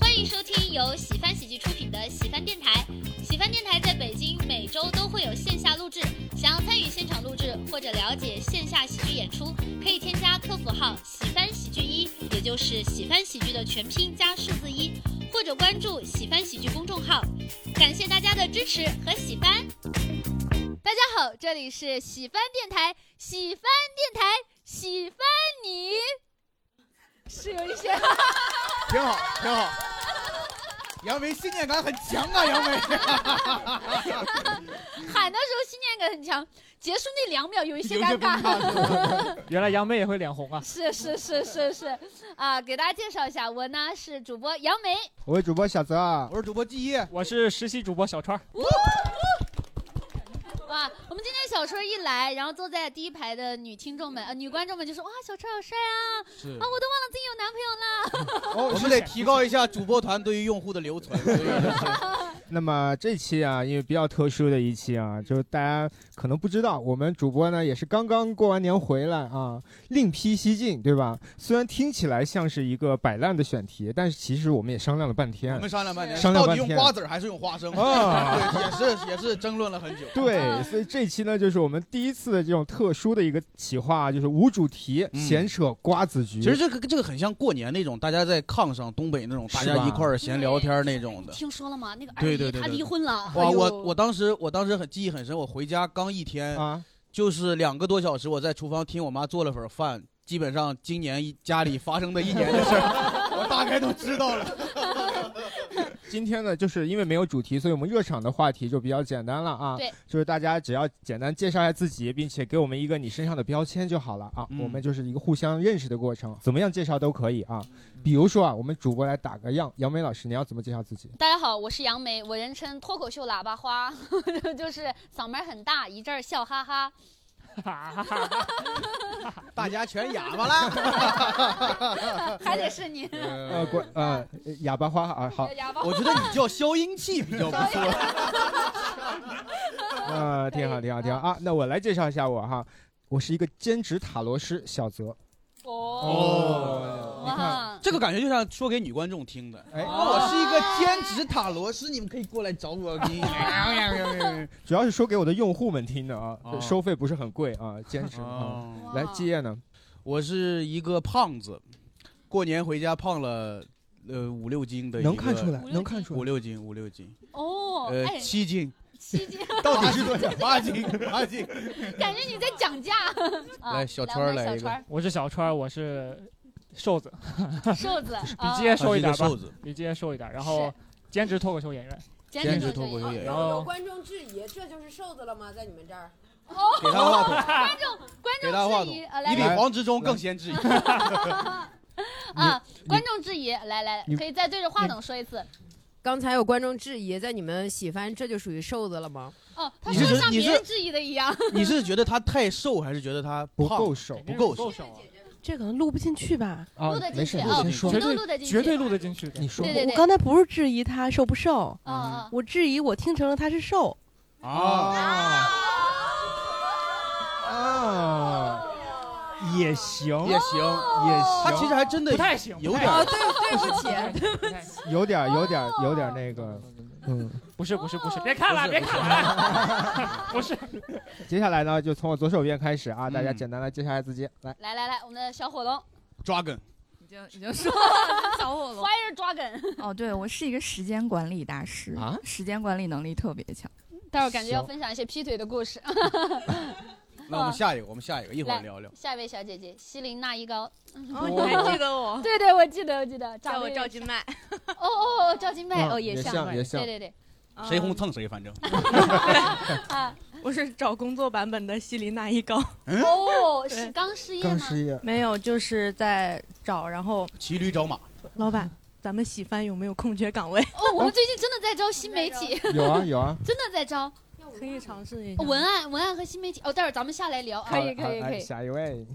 欢迎收听由喜翻喜剧出品的喜翻电台。喜翻电台在北京每周都会有线下录制，想要参与现场录制或者了解线下喜剧演出，可以添加客服号“喜翻喜剧一”，也就是喜翻喜剧的全拼加数字一，或者关注喜翻喜剧公众号。感谢大家的支持和喜翻。大家好，这里是喜翻电台，喜翻电台，喜翻你，是有一些。挺好，挺好。杨梅信念感很强啊，杨梅。喊的时候信念感很强，结束那两秒有一些有尴些尬。原来杨妹也会脸红啊！ 是是是是是，啊，给大家介绍一下，我呢是主播杨梅，我是主播小泽啊，我是主播季一，我是实习主播小川。哇，我们今天小春一来，然后坐在第一排的女听众们，呃，女观众们就说哇，小春好帅啊，是啊，我都忘了自己有男朋友 了。我们得提高一下主播团对于用户的留 存。那么这期啊，因为比较特殊的一期啊，就是大家可能不知道，我们主播呢也是刚刚过完年回来啊，另辟蹊径，对吧？虽然听起来像是一个摆烂的选题，但是其实我们也商量了半我天们。商量半天，商量到半底天用瓜子儿还是用花生？啊 对，也是也是争论了很久。对，啊所以这期呢，就是我们第一次的这种特殊的一个企划啊，就是无主题嗯闲扯瓜子局。其实这个这个很像过年那种，大家在炕上，东北那种，大是吧家一块儿闲聊天那种的。听说了吗？那个二对姨对对她对离婚了。哇，哎呦我我当时我当时很记忆很深，我回家刚一天，啊，就是两个多小时，我在厨房听我妈做了份饭。基本上今年一家里发生的一年的事儿， 我大概都知道了。今天呢，就是因为没有主题，所以我们热场的话题就比较简单了啊。对，就是大家只要简单介绍一下自己，并且给我们一个你身上的标签就好了啊。嗯我们就是一个互相认识的过程，怎么样介绍都可以啊。比如说啊，我们主播来打个样，杨梅老师，你要怎么介绍自己？大家好，我是杨梅，我人称脱口秀喇叭花， 就是嗓门很大，一阵儿笑哈哈。 大家全哑巴了。还得是 你，呃，关呃哑巴花啊，好，呃哑巴我觉得你叫消音器比较不 错。呃，挺好，挺好，挺好啊。那我来介绍一下我哈，我是一个兼职塔罗师小泽。哦你看，哇，这个感觉就像说给女观众听的。哎，我是一个兼职塔罗师，你们可以过来找我。 哎主要是说给我的用户们听的啊，哦收费不是很贵啊，兼职啊。哦，来，哇基业呢？我是一个胖子，过年回家胖了呃五六斤的一个，能看出来五，六能看出五来。六斤，五六斤，哦，呃哎，七斤，七哦姐， 到底是多少？八斤，八斤。感觉你在 讲价。啊来小川儿来来我一们个小我是小川，我是瘦子，川儿瘦子， 比啊基爷瘦一点吧瘦，子，比基爷瘦一点。然后兼职脱口秀演员，兼兼职职脱口秀演员演员然哦有后很哦多观众质疑，这就是瘦子了吗？在你们这儿，给他话筒，哦 观给他话众质筒，疑，呃，来你比来黄执中更先质疑。 啊，观众质疑，来来，你可以再对着话筒说一次。刚才有观众质疑，在你们喜番这就属于瘦子了吗？哦，他你说是的像你别是人质疑的一样。 你是觉得他太瘦，还是觉得他不胖够瘦不够瘦啊，这可能录不进去吧？啊录得，进没事，去你哦先说你绝。都录得对进去绝对录得进去的你。说对对我刚才不是质疑他瘦不瘦，嗯嗯，我质疑我听成了他是瘦。啊？啊，也行，也行，哦也他其行，实还真的不太行，有不太点儿啊行哦，对对不起，不太行有点儿，有点儿，有点儿那个，嗯。 不是不是不是，别看了，哦不是别看了，啊不是。接下来呢，就从我左手边开始啊，大家嗯简单来介绍一下自己。来，来来来，我们的小火龙抓梗。已经已经说了 小火龙 Fire Dragon，哦，对我是一个时间管理大师啊时间管理能力特别强。待会儿感觉要行分享一些劈腿的故事。 哦那我们下一个，我们下一个，一会儿聊聊。啊下一位小姐姐西林娜依高，哦，你还记得 我？对对，我记得我记得，赵薇也是麦。哦哦哦，赵金麦，嗯啊哦也像，也对像，对对谁红蹭谁，反正啊，我是找工作版本的西林娜依高，哦，对是刚失业刚吗？失业，没有，就是在找，然后 骑驴找马。老板，咱们喜番有没有空缺岗位？哦，我们 最近真的在招新媒体， 有啊有啊，真的在招哦可以尝试一文案文案和新媒体。哦，待会儿咱们下来聊， 可以好可以来哎可以。下一位，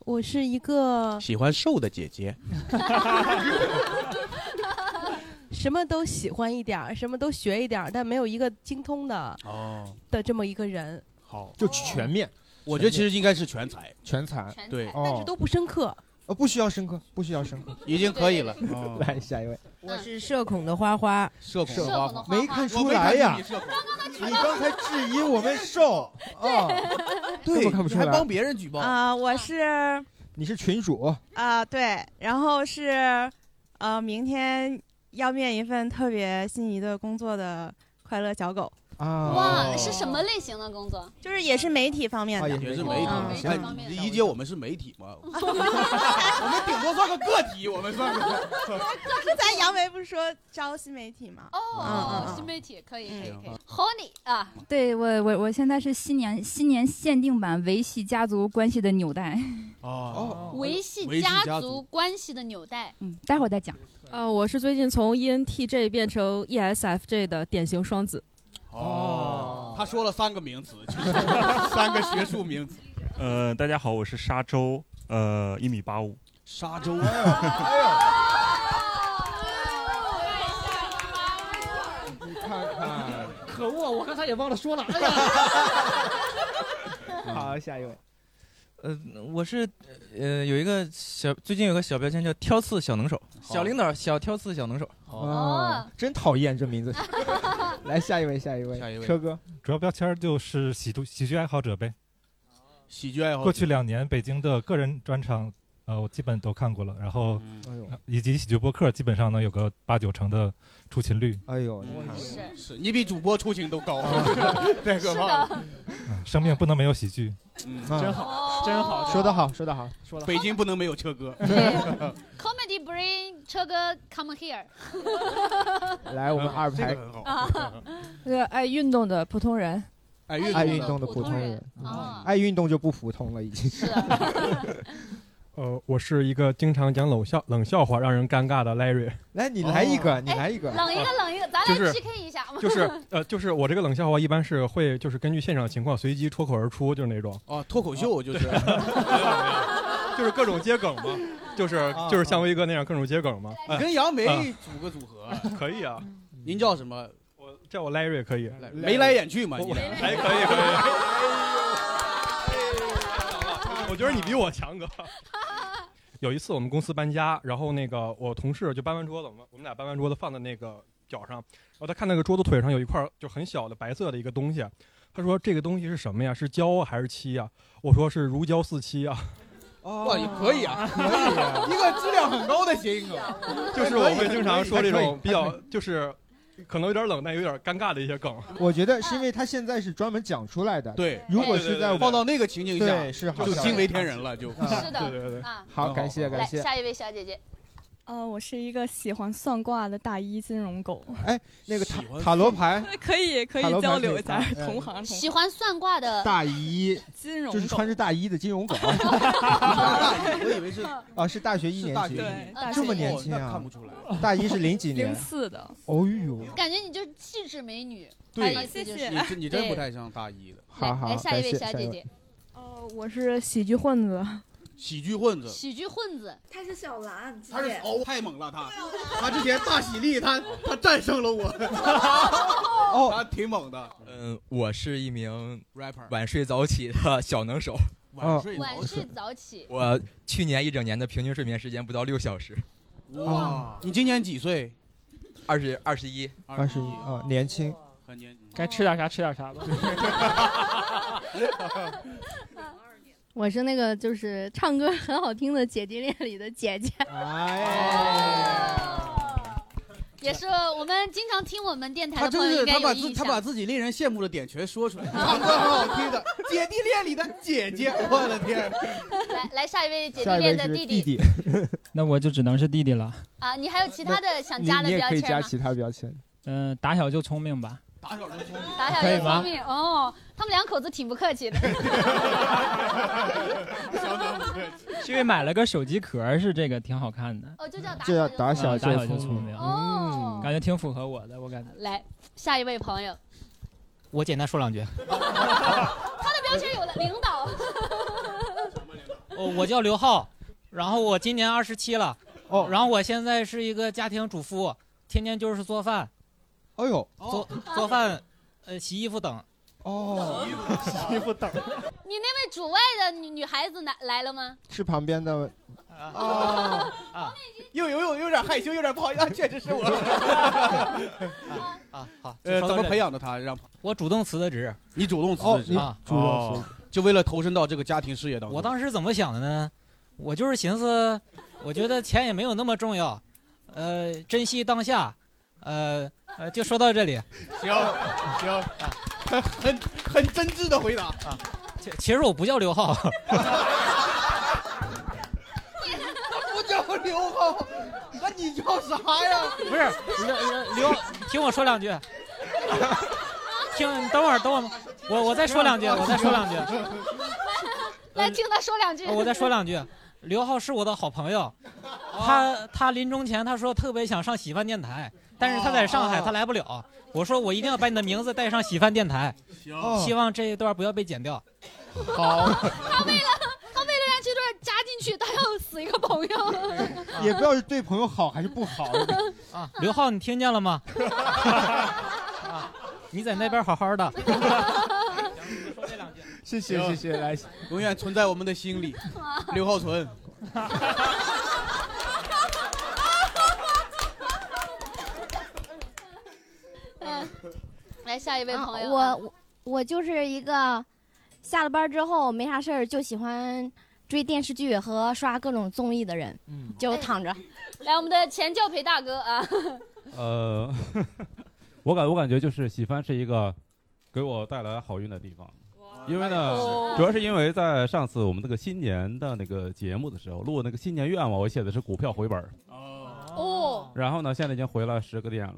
我是一个喜欢瘦的姐姐，什么都喜欢一点儿，什么都学一点儿，但没有一个精通的哦，的这么一个人，好，就全面哦我觉得其实应该是全才，全才全对才但是哦，都不深刻。呃，不需要深刻，不需要深刻，已经可以了。 来下一位，我是社恐的花花，哦社恐社恐的花花没看出来呀，你刚才质疑我们瘦啊，对，我我看不出还来帮，别人举报，啊，我是你是群主，啊，对，然后是呃，明天要面一份特别心仪的工作的快乐小狗，啊，哇，是什么类型的工作？就是也是媒体方面啊的。也是媒体哦嘛。媒体哎方面你的理解我们是媒体吗？我们顶多算个个体，我们算 个。刚才杨梅不是说招新媒体吗？哦嗯，嗯嗯新媒体可以可以嗯可以。Honey 啊， 对我我我现在是新年新年限定版维系家族关系的纽 带，哦，维系维系家家族族关系的纽带。嗯，待会儿再讲。呃，我是最近从 ENTJ 变成 ESFJ 的典型双子。哦，他说了三个名词，就是 三个学术名词。呃，大家好，我是沙洲，呃，一米八五。沙洲，你看看， 可恶，我刚才也忘了说了。哎呀，嗯好，下一位，呃，我是呃有一个小最近有个小标签叫挑刺小能手，小领导小挑刺小能手。哦哦，真讨厌这名字，啊来下一位，下一位，下一位车哥，主要标签就是喜剧喜剧爱好者呗。喜剧爱好者过去两年北京的个人专场，呃，我基本都看过了，然后嗯哎呦，以及喜剧播客，基本上能有个八九成的出勤率。哎呦，你看是是你比主播出勤都高， 太可怕了。嗯生命不能没有喜剧。嗯真啊好，真好，说得好，说得好，说的北京不能没有车哥。 Comedy Bring 车哥 Come Here， 来我们二这排个很好。个爱运动的普通人，爱爱运运动动的的普普通通人人， 嗯啊，爱运动就不普通了，已经。是啊 呃，我是一个经常讲冷笑冷笑话让人尴尬的 Larry，来，你来一个，你来一个，哎哦冷一个冷一个，咱就俩是 PK 一下嘛。就是呃就是我这个冷笑话一般是会就是根据现场情况随机脱口而出，就是那种。哦，脱口秀就是。 就是各种接梗嘛，就是啊就是像威哥那样各种接梗嘛。你哎，跟杨梅啊组个组合， 可以啊，您叫什么？我叫我 Larry 可以。眉来眼去嘛，我你我俩。哎，可以可以。我觉得你比我强哥。有一次我们公司搬家，然后那个我同事就搬完桌子，我们我们俩搬完桌子放在那个脚上，然后他看那个桌子腿上有一块就很小的白色的一个东西，他说这个东西是什么呀？是胶啊还是漆呀、我说是如胶似漆 啊，哇，你可以啊，可以啊，一个质量很高的哎谐音梗。就是我会啊经常说这还可以种比较 就是可能有点冷但有点尴尬的一些梗。我觉得是因为他现在是专门讲出来的，对，如果是在对对对我放到那个情境下对，是好就笑惊为天人了，就。啊是 对的对对，啊，好，感谢好好感来谢。下一位小姐姐，呃，我是一个喜欢算卦的大一金融狗，那个塔喜欢塔罗牌， 可以可塔以罗牌交可以流一下看，嗯同行同喜欢算卦的大一 金融就是狗穿着大衣的金融 狗我以为是啊，是大学一是年大级学，对大这么学年哦轻那啊看不出来。大一是零 几零年，四的，哦呦，感觉你就是气质美女，嗯对她意思就是谢谢你这你真不太像大一的好来好，来下感一位谢小姐，姐，哦，我是喜剧混子，喜剧混子，喜剧混子，他是小兰，他是哦太猛了他，他之前大喜力他他战胜了我，哦，他挺猛的嗯、我是一名 rapper。晚睡早起的小能哦手，晚睡晚早睡起，早起，我去年一整年的平均睡眠时间不到六小时，哇！你今年几岁？二十二十一。二十一哦啊，年轻，很哦年轻。该吃点啥吃点啥 吧。我是那个就是唱歌很好听的姐弟恋里的姐姐，啊哎，也是我们经常听我们电台他的朋真友是应该他有把自印他把象。哦自己令人羡慕的点全说出来， 哦唱歌很好听的，姐弟恋里的姐姐，我的天！来来，下一位姐弟下一恋位的是弟弟弟， 那我就只能是弟弟了。啊，你还有其他的想你加的你也标可以签加吗？其他标签，嗯，打小就聪明吧。打小就聪明，打小可以就吗聪明哦，他们两口子挺不客气的。相当不客气。是因为买了个手机 壳，是这个挺好看的，哦，就叫打这嗯小啊叫打小就聪明打小就聪聪明明，哦嗯感觉挺符合我的，我感觉。 来下一位朋友，我简单说两句。他的标签有了领导，哦，我叫刘浩，然后我今年二十七了，哦，然后我现在是一个家庭主妇，天天就是做饭、哎呦，哦，做饭，呃，洗衣服 等。哦，衣服等。 你那位主外的女女孩子来来了吗？是旁边的哦啊，又有有有点害羞，有点不好意思，啊确实是我。啊好， 呃，稍怎等么培养的他？让我主动辞的职，你主动辞哦的职你主动辞哦就为了投身到这个家庭事业当中。我当时怎么想的呢？我就是寻思，我觉得钱也没有那么重要，呃，珍惜当下，呃呃，就说到这里。哦行行，很很真挚的回答啊。其其实我不叫刘浩， 不叫刘浩，那你叫啥呀？不是刘刘，听我说两句。听，等会儿，等会儿，我我再说两句，我再说两句，来听他说 两句。哦我再说两句。刘浩是我的好朋友，哦他他临终前他说特别想上喜饭电台，但是他在上海哦他来不了。我说我一定要把你的名字带上喜饭电台，行希望这一段不要被剪掉。好，他为了他为了让这段加进去，他要死一个朋友。也不知道是对朋友好还是 不好。啊刘浩，你听见了吗？ 啊你在那边好 好的。谢谢谢谢来，永远存在我们的心 里。刘浩存，嗯，来下一位朋友啊、我我我就是一个下了班之后没啥事儿就喜欢追电视剧和刷各种综艺的人，嗯就躺着。来我们的前教培大哥啊，呃，我感我感觉就是喜欢是一个给我带来好运的地方，因为呢，是主要是因为在上次我们那个新年的那个节目的时候录那个新年愿望，我写的是股票回本儿，哦然后呢，现在已经回了十个点 了。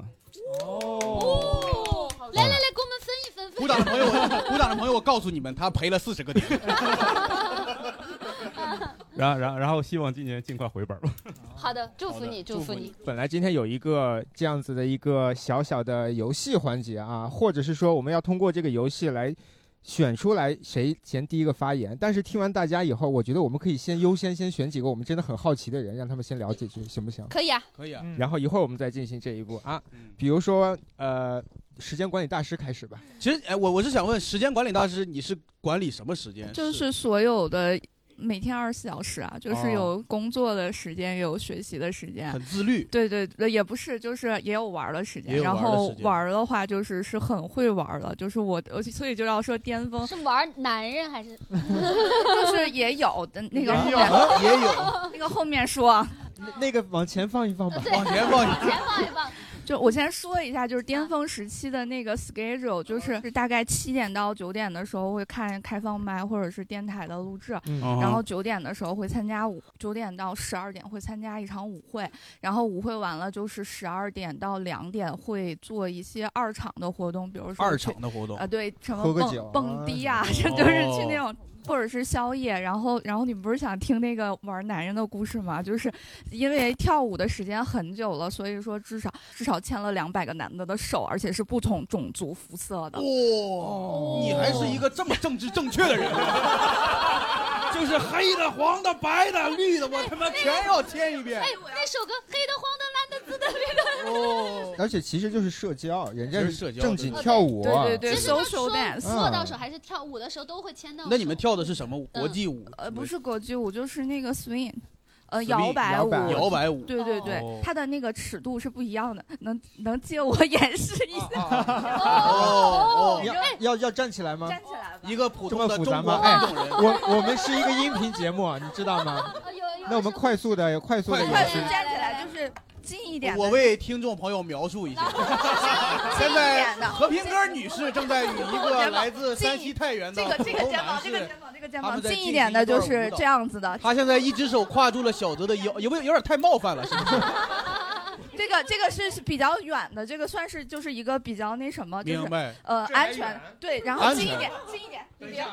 哦，来来来，给我们分一分，分鼓掌的朋友，鼓掌的朋友，我告诉你们，他赔了四十个点。然然然后希望今年尽快回本儿吧。 好的，祝福你，祝福你。本来今天有一个这样子的一个小小的游戏环节啊，或者是说我们要通过这个游戏来选出来谁先第一个发言。但是听完大家以后，我觉得我们可以先优先先选几个我们真的很好奇的人，让他们先聊几句，行不行？可以啊，可以啊然后一会儿我们再进行这一步啊，比如说呃，时间管理大师开始吧。其实，哎，我我是想问，时间管理大师，你是管理什么时间？就是所有的每天二十四小时啊，就是有工作的时间，也有学习的时间，哦很自律。对对对，也不是，就是也有玩儿的时间。也有然玩儿的后时间玩儿的话，就是是很会玩儿的，就是我，我所以就要说巅峰，是玩男人还是？ 就是也有的那个后面也有 那个后面说。啊那个往前放一放啊吧，往前放一放往前放一放。就我先说一下，就是巅峰时期的那个 schedule，就是是大概七点到九点的时候会看开放麦或者是电台的录制，嗯然后哦九点的时候会参加舞，九点到十二点会参加一场舞会，然后舞会完了就是十二点到两点会做一些二场的活动，比如说二去场的活动啊、对，什喝么个酒蹦蹦迪啊，啊这什么的 就是去那种。或者是宵夜，然后，然后你们不是想听那个玩男人的故事吗？就是因为跳舞的时间很久了，所以说至少至少牵了两百个男的的手，而且是不同种族肤色的。哦，你还是一个这么政治正确 的人，就是黑的、黄的、白的、绿的，我他妈全要签一遍哎。，那首歌《黑的、黄的、蓝的、紫的》那个。哦，而且其实就是社交，人家其实是社交正对经对跳舞，啊对对对其实他说 social dance 做到手还是跳舞的时候都会牵到手。那你们跳的是什么舞？嗯国际舞？呃，不是国际舞，就是那个 swing，呃， Swing，摇摆摇舞，摆摇摆舞对对对哦，它的那个尺度是不一样的，能能借我 演示一下？哦哦要要要站起来吗？起来一个普这通么的复中杂国吗？哎，运动人。我我们是一个音频节目，啊你知道啊 吗？哦那我们快速的，哎快速的演哎快速示。站起来，就是近一点的。我为听众朋友描述一 下，现在和平鸽女士正在与一个来自山西太原的这个这个普通肩膀男这个士肩膀这个肩他膀们在近一点的就是这样子的。他现在一只手跨住了小泽的腰，有没有有点太冒犯了？是不是？这个这个是是比较远的，这个算是就是一个比较那什么，就是明白呃这还安全远对，然后安近一全点近一点，你别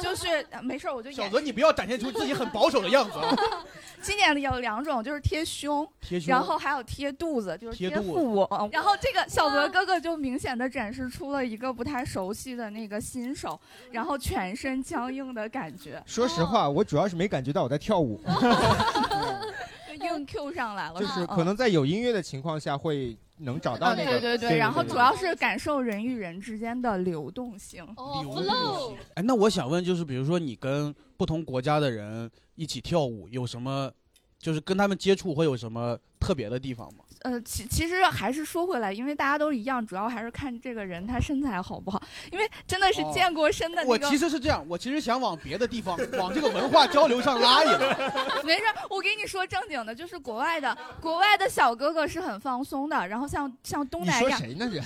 就是呃没事儿我就小演泽，你不要展现出自己很保守的样子啊！今年有两种，就是贴胸，贴胸然后还有贴肚子，就是贴贴肚子腹部。然后这个小泽哥哥就明显的展示出了一个不太熟悉的那个新手，然后全身僵硬的感觉，说实话，我主要是没感觉到我在跳舞，就硬 Q 上来了。就是嗯可能在有音乐的情况下会能找到那个。啊对对对，然后主要是感受人与人之间的流动性。哦，flow。 哎，那我想问，就是比如说你跟不同国家的人一起跳舞，有什么，就是跟他们接触会有什么特别的地方吗？呃，其其实还是说回来，因为大家都一样，主要还是看这个人他身材好不好。因为真的是哦健过身的、那个我其实是这样，我其实想往别的地方，往这个文化交流上拉一拉。没事，我给你说正经的，就是国外的，国外的小哥哥是很放松的，然后像像东你南说亚。谁呢？这，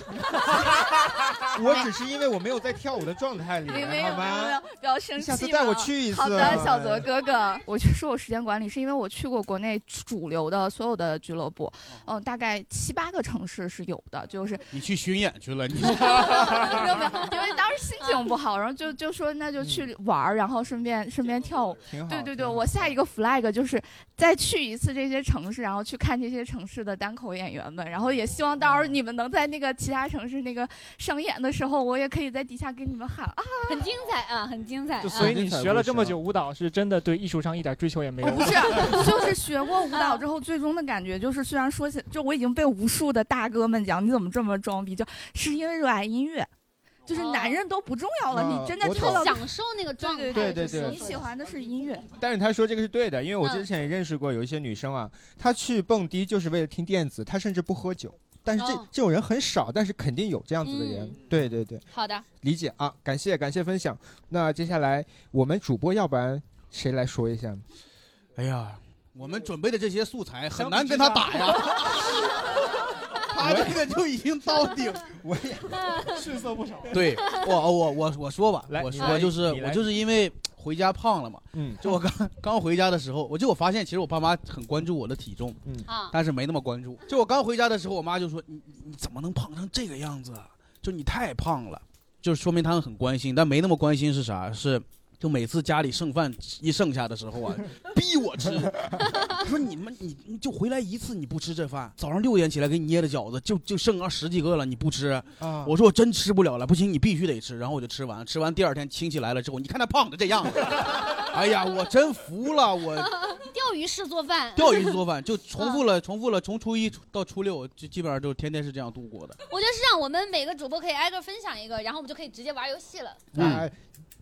我只是因为我没有在跳舞的状态里，没没有好没有没有 吗？，不要生气下次嘛带我去一次好啊的，小泽哥哥，我去说我时间管理，是因为我去过国内主流的所有的俱乐部，哦嗯，大概七八个城市是有的， 就是你去巡演去了，你没有没有，因为当时心情不好，然后就就说那就去玩儿，然后顺便顺便跳舞。嗯挺好对对对，我下一个 flag 就是再去一次这些城市，然后去看这些城市的单口演员们，然后也希望到时候你们能在那个其他城市那个上演的时候，我也可以在底下给你们喊啊，很精彩啊，很精彩啊。就所以你学了这么久舞蹈，是真的对艺术上一点追求也没有？不是，就是学过舞蹈之后，最终的感觉就是，虽然说起，就我已经被无数的大哥们讲你怎么这么装逼，就是因为热爱音乐，就是男人都不重要了，哦你真的我跳懂到享受那个状态，对对对你喜欢的是音乐。但是他说这个是对的，因为我嗯之前也认识过有一些女生啊，她去蹦迪就是为了听电子，她甚至不喝酒。但是这、哦这种人很少，但是肯定有这样子的人。嗯对对对，好的，理解啊，感谢感谢分享。那接下来我们主播，要不然谁来说一下？哎呀，我们准备的这些素材很难跟他打呀。他这个就已经到顶，我也逊色不 少。对我哦我我我说吧，我你来说就是你来我就是因为回家胖了嘛，嗯，就我刚刚回家的时候，我就我发现其实我爸妈很关注我的体重，嗯啊但是没那么关注。就我刚回家的时候，我妈就说你你你怎么能胖成这个样子啊？就你太胖了，就说明他们很关心，但没那么关心是啥？是就每次家里剩饭一剩下的时候啊，逼我吃，说你们你你就回来一次你不吃这饭，早上六点起来给你捏的饺子就就剩个十几个了，你不吃啊我说我真吃不了了，不行你必须得吃，然后我就吃完，吃完第二天亲戚来了之后，你看他胖的这样子，哎呀，我真服了， 我 钓鱼式做饭，钓鱼做饭就重嗯复了，重复了，从初一到初六就基本上就天天是这样度过的。 我觉得是这样，我们每个主播可以挨个分享一个，然后我们就可以直接玩游戏了。那、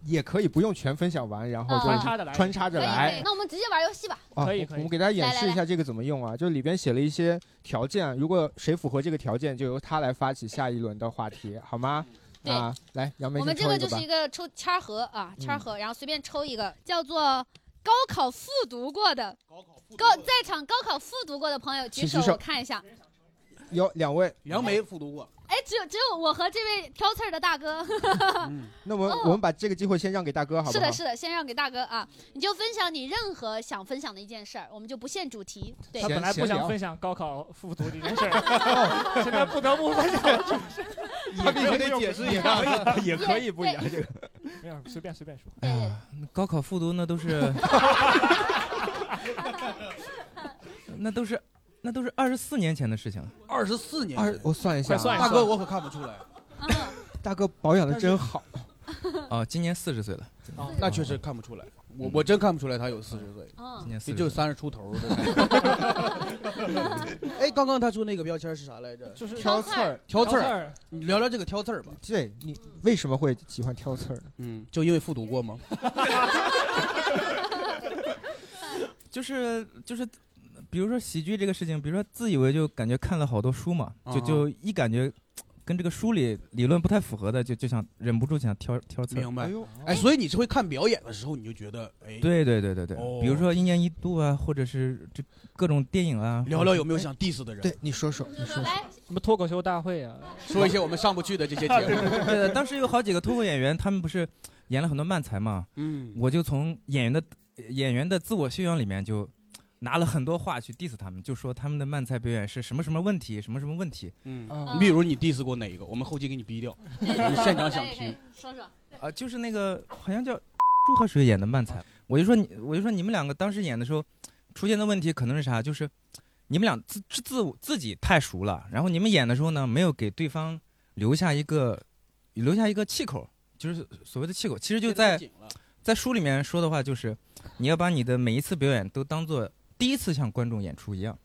也可以不用全分享完，然后就嗯穿插着来哦穿插着可以来。可以，那我们直接玩游戏吧。啊，我我们给大家演示一来来下这个怎么用啊，就里边写了一些条件，如果谁符合这个条件，就由他来发起下一轮的话题，好吗？对啊，来，杨梅我们先抽这个一就吧是一。个抽签儿盒啊，嗯签儿盒，然后随便抽一个，叫做高考复读过的。高在场高考复读过的朋友请举举手，手我看一下。有两位，杨梅复读过。哎，只有只有我和这位挑刺儿的 大哥。 嗯那我们、我们把这个机会先让给大哥，好不好？哦是的，是的，先让给大哥啊，你就分享你任何想分享的一件事儿，我们就不限主题。对， 他本来不闲想聊分享高考复读这件事 儿，现在不得不分享了，是不是？他必须得解释一下也可以不一样这个。 没有，随便随便说。哎嗯呀，高考复读那都是，那都是，那都是二十四年前的事情了。二十四年，二，我算一下啊，大哥我可看不出来。大哥保养的真好。 哦，今年四十岁了。那确实看不出来， 我我真看不出来他有四十岁哦嗯，今年也40就岁三十出头 的。哎，刚刚他说那个标签是啥来着？就是 挑刺儿挑刺挑刺儿儿。你聊聊这个挑刺儿吧。对你为什么会喜欢挑刺儿呢？嗯，就因为复读过吗？就是就是，比如说喜剧这个事情，比如说自以为就感觉看了好多书嘛，就啊就一感觉跟这个书里理论不太符合的，就就想忍不住想挑挑 刺儿。明白。哎，所以你是会看表演的时候，你就觉得哎，对对对对对，哦比如 说一年一度啊，或者是这各种电影啊，聊聊有没有想 diss 的人？对，你说说，你说说，什么脱口秀大会啊？ 说一些我们上不去的这 些节 目。对的，当时有好几个脱口演员，他们不是演了很多漫才嘛，嗯，我就从演员的呃演员的自我修养里面就拿了很多话去 diss 他们，就说他们的漫才表演是什么什么问题，什么什么问题，嗯，你比如你 diss 过哪一个？我们后期给你逼掉，你现场想可以可以听。说说。啊，就是那个好像叫朱和水演的漫才，我就说你，我就说你们两个当时演的时候出现的问题可能是啥，就是你们俩自自自我自己太熟了，然后你们演的时候呢，没有给对方留下一个留下一个气口，就是所谓的气口，其实就在在书里面说的话就是，你要把你的每一次表演都当做第一次向观众演出一样，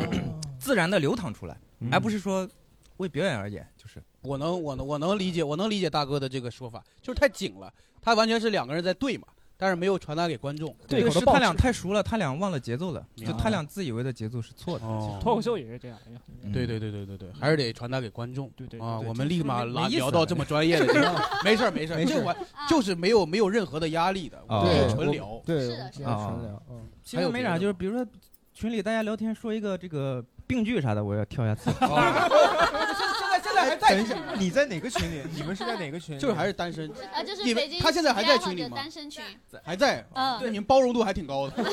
自然的流淌出来，嗯而不是说为表演而演，就是我能，我能，我能理解，我能理解大哥的这个说法，就是太紧了，他完全是两个人在对嘛，但是没有传达给观众。对，是他俩太熟了，他俩忘了节奏了，就他俩自以为的节奏是错的。脱口秀也是这样，哎呀对对对对对对，还是得传达给观众。对对啊，对我们立马没拉没意思聊了到这么专业的 地方， 没事儿没事儿，没事这儿我就是没有没有任何的压力的，啊我们就是对纯聊我。对是的是的啊纯聊嗯其实没啥，就是比如说群里大家聊天说一个这个病句啥的，我要跳一下词。 哎现在哦 现在还等一下，你在哪个群里？你们是在哪个群里？就是还是单身啊，就是因为北京他现在还在西安群里或者吗单身群，还在，嗯对，你们包容度还挺高的。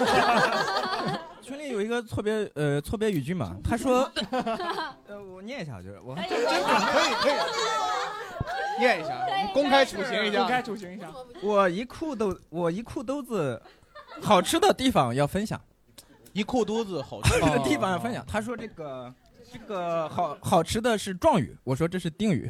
群里有一个错别呃错别语句嘛，他说呃我念一下就是我真真准可以可以念一下，我们公开处刑一下，公开处刑一下。我一裤兜我一裤兜子好吃的地方要分享， 一裤兜子好哦吃的地方要分享。他说这个这个 好好吃的是状语，我说这是定语。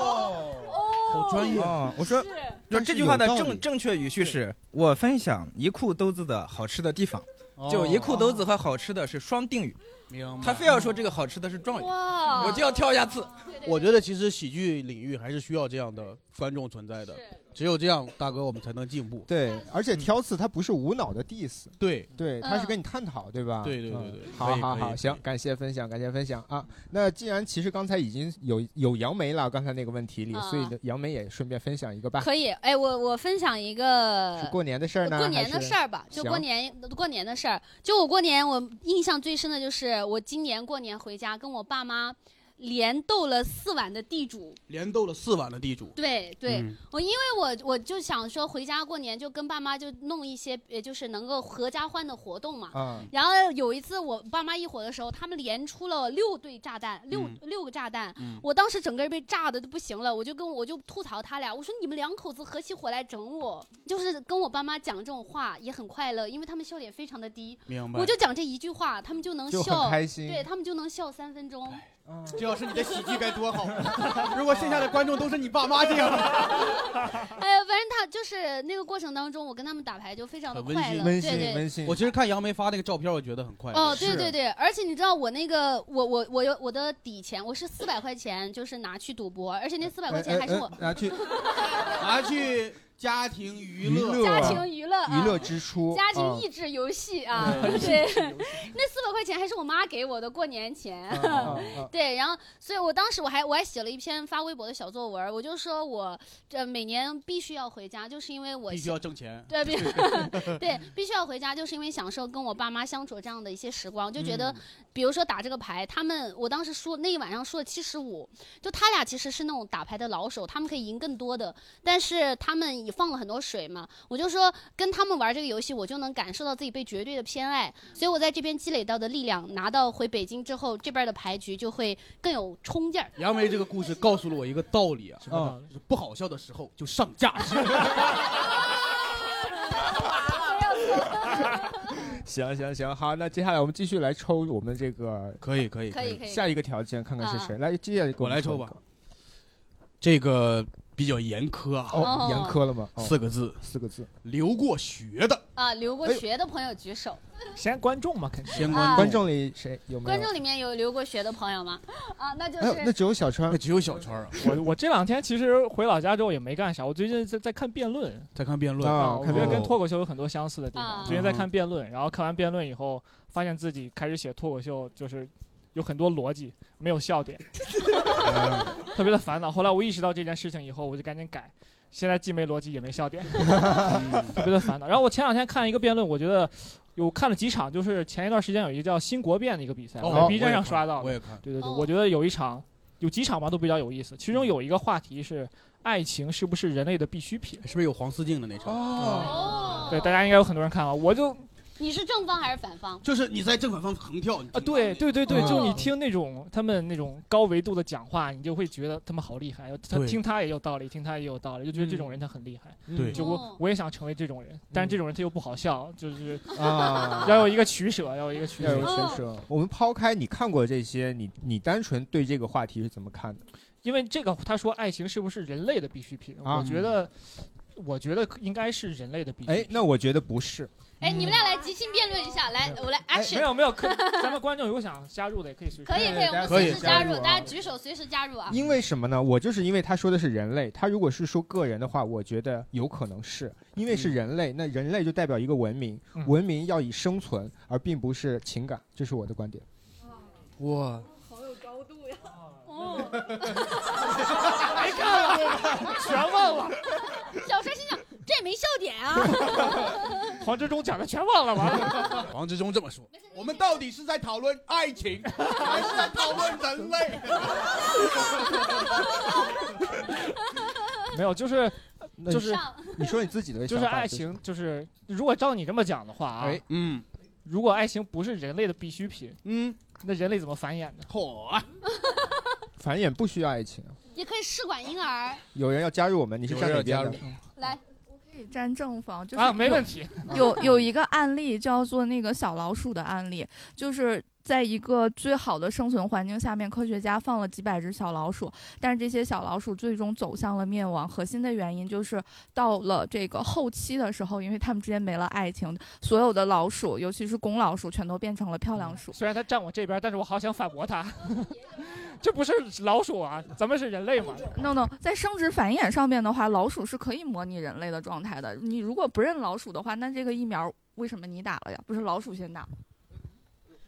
好专业哦！我说，就但是这句话的有道理正正确语序是：我分享一裤兜子的好吃的地方，就一裤兜子和好吃的是双定语。哦明他非要说这个好吃的是状语，哇我就要跳一下刺。我觉得其实喜剧领域还是需要这样的观众存在的，只有这样，大哥我们才能进步。嗯对，而且挑刺它不是无脑的 diss，嗯对对，它嗯是跟你探讨，对吧？对对对嗯对好可以好可以可好，以行，感谢分享，感谢分享啊。那既然其实刚才已经有有杨梅了，刚才那个问题里，啊所以杨梅也顺便分享一个吧。可以，哎，我我分享一是个过年的事儿呢？过年还的是事儿吧，就行过年过年的事儿。就我过年，我印象最深的就是我今年过年回家跟我爸妈连斗了四晚的地主。连斗了四晚的地主，对对，嗯我因为我我就想说回家过年就跟爸妈就弄一些，也就是能够合家欢的活动嘛。啊嗯然后有一次我爸妈一伙的时候，他们连出了六对炸弹，六、嗯六个炸弹，嗯我当时整个人被炸的都不行了，我就跟我就吐槽他俩，我说你们两口子合起伙来整我，就是跟我爸妈讲这种话也很快乐，因为他们笑点非常的低，明白我就讲这一句话，他们就能就很笑，开心对他们就能笑三分钟。哦这要是你的喜剧该多好！啊 如果剩下的观众都是你爸妈这样的，哎，反正他就是那个过程当中，我跟他们打牌就非常的快乐，对对。馨。我其实看杨梅发那个照片，我觉得很快乐。哦，对对对，而且你知道我那个，我我我有我的底钱，我是四百块钱，就是拿去赌博，而且那四百块哎钱还是我拿 去拿去呃家庭娱乐、家庭娱乐啊娱乐支出，家庭啊益智游戏啊， 对，那四百块钱还是我妈给我的过年钱，啊 对，然后所以我当时我还我还写了一篇发微博的小作文，我就说我这每年必须要回家，就是因为我必须想要挣钱。对，必 对必须要回家，就是因为享受跟我爸妈相处这样的一些时光，就觉得，嗯比如说打这个牌，他们我当时输那一晚上输了七十五，就他俩其实是那种打牌的老手，他们可以赢更多的，但是他们也放了很多水嘛，我就说跟他们玩这个游戏，我就能感受到自己被绝对的偏爱，所以我在这边积累到的力量，拿到回北京之后，这边的牌局就会更有冲劲儿。杨梅这个故事告诉了我一个道理啊，啊，就是不好笑的时候就上价值。行行行，好，那接下来我们继续来抽我们这个，可以可以可以啊可以下一个条件看看是谁，来接下来给我们来抽抽吧，这个比较严苛啊，哦严苛了吗哦四个字，四个字，留过学的，啊，留过哎学的朋友举手。先观众嘛，肯定先观啊观众里谁有没有？观众里面有留过学的朋友吗？啊，那就哎呦，那是只有小川，那只有小川啊，我我这两天其实回老家之后也没干啥，我最近在在看辩论在看辩论啊，我觉得跟脱口口秀有很多相似的地啊方。最近在看辩论，然后看完辩论以后，发现自己开始写脱口秀，就是有很多逻辑，没有笑 点，特别的烦恼。后来我意识到这件事情以后，我就赶紧改。现在既没逻辑也没笑 点，特别的烦恼。然后我前两天看一个辩论，我觉得有看了几场，就是前一段时间有一个叫新国辩的一个比赛，哦我在 B 我站也上看刷到的我也看对对对，哦我觉得有一场有几场吧都比较有意思，其中有一个话题是爱情是不是人类的必需品？是不是有黄思静的那场？哦，对，大家应该有很多人看啊，我就你是正方还是反嗯方？ 就是你在正反方横跳，啊，对对对对，哦就你听那种他们那种高维度的讲话，你就会觉得他们好厉害。他对听他也有道理，听他也有道理，就觉得这种人他很厉害。嗯对嗯就我我也想成为这种人，但是这种人他又不好笑，就是 啊要有一个取舍，要有一个取要舍有。哦选手。我们抛开你看过这些，你你单纯对这个话题是怎么看的？因为这个他说爱情是不是人类的必需品，啊我觉得我觉得应该是人类的必需哎，那我觉得不是，哎，你们俩来即兴辩论一下，来，我来哎 action。没有没有，可咱们观众有想加入的也可以随时可以可以，我们可以随时加加入，入啊大家举手随时加入啊。 因为什么呢？我就是因为他说的是人类，他如果是说个人的话，我觉得有可能是因为是人类，那人类就代表一个文明，嗯文明要以生存，而并不是情感，这是我的观点。哇，没看了，全忘了。 小帅心想，这没笑点啊。黄志忠讲的全忘了吧？ 王志忠这么说， 我们到底是在讨论爱 情，还是在讨论人类？ 没有，就是那就是你说你自己的就想是法爱情，就是如果照你这么讲的话啊，哎嗯，如果爱情不是人类的必需品，嗯，那人类怎么繁衍呢？嚯，繁衍不需要爱情。也可以试管婴儿，有人要加入我们，你是有站人哪要边加的入？来，可以站正方，就是啊没有问题有有一个案例叫做那个小老鼠的案例，就是。在一个最好的生存环境下面，科学家放了几百只小老鼠，但是这些小老鼠最终走向了灭亡。核心的原因就是到了这个后期的时候，因为它们之间没了爱情，所有的老鼠，尤其是公老鼠，全都变成了漂亮鼠。虽然他站我这边，但是我好想反驳 他，这不是老鼠啊，咱们是人类 嘛。 no no，在生殖繁衍上面的话，老鼠是可以模拟人类的状态的。你如果不认老鼠的话，那这个疫苗为什么你打了呀？不是老鼠先打吗？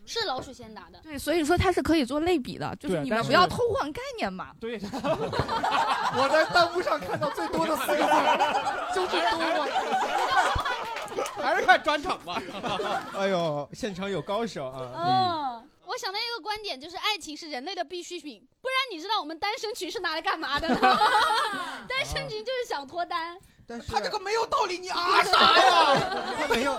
是老鼠先打的。对，所以说它是可以做类比的，就是对啊你们但是不要偷换概念嘛。对， 我在弹幕上看到最多的四个字就是多还是看专场吧。哎呦，现场有高手啊！嗯，我想到一个观点，就是爱情是人类的必需品，不然你知道我们单身群是拿来干嘛的 吗？单身群就是想脱单。但是他这个没有道理，你 啊啥呀？ 他没有，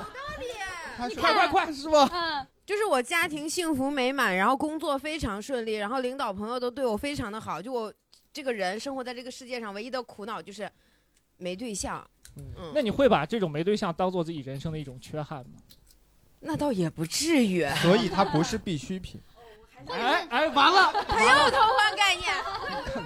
他哎快快快是吧？嗯，就是我家庭幸福美满，然后工作非常顺利，然后领导朋友都对我非常的好。就我这个人生活在这个世界上，唯一的苦恼就是没对象。嗯，那你会把这种没对象当做自己人生的一种缺憾吗？那倒也不至于。所以它不是必需品。哎哎， 完了，他又偷换概念。 嗯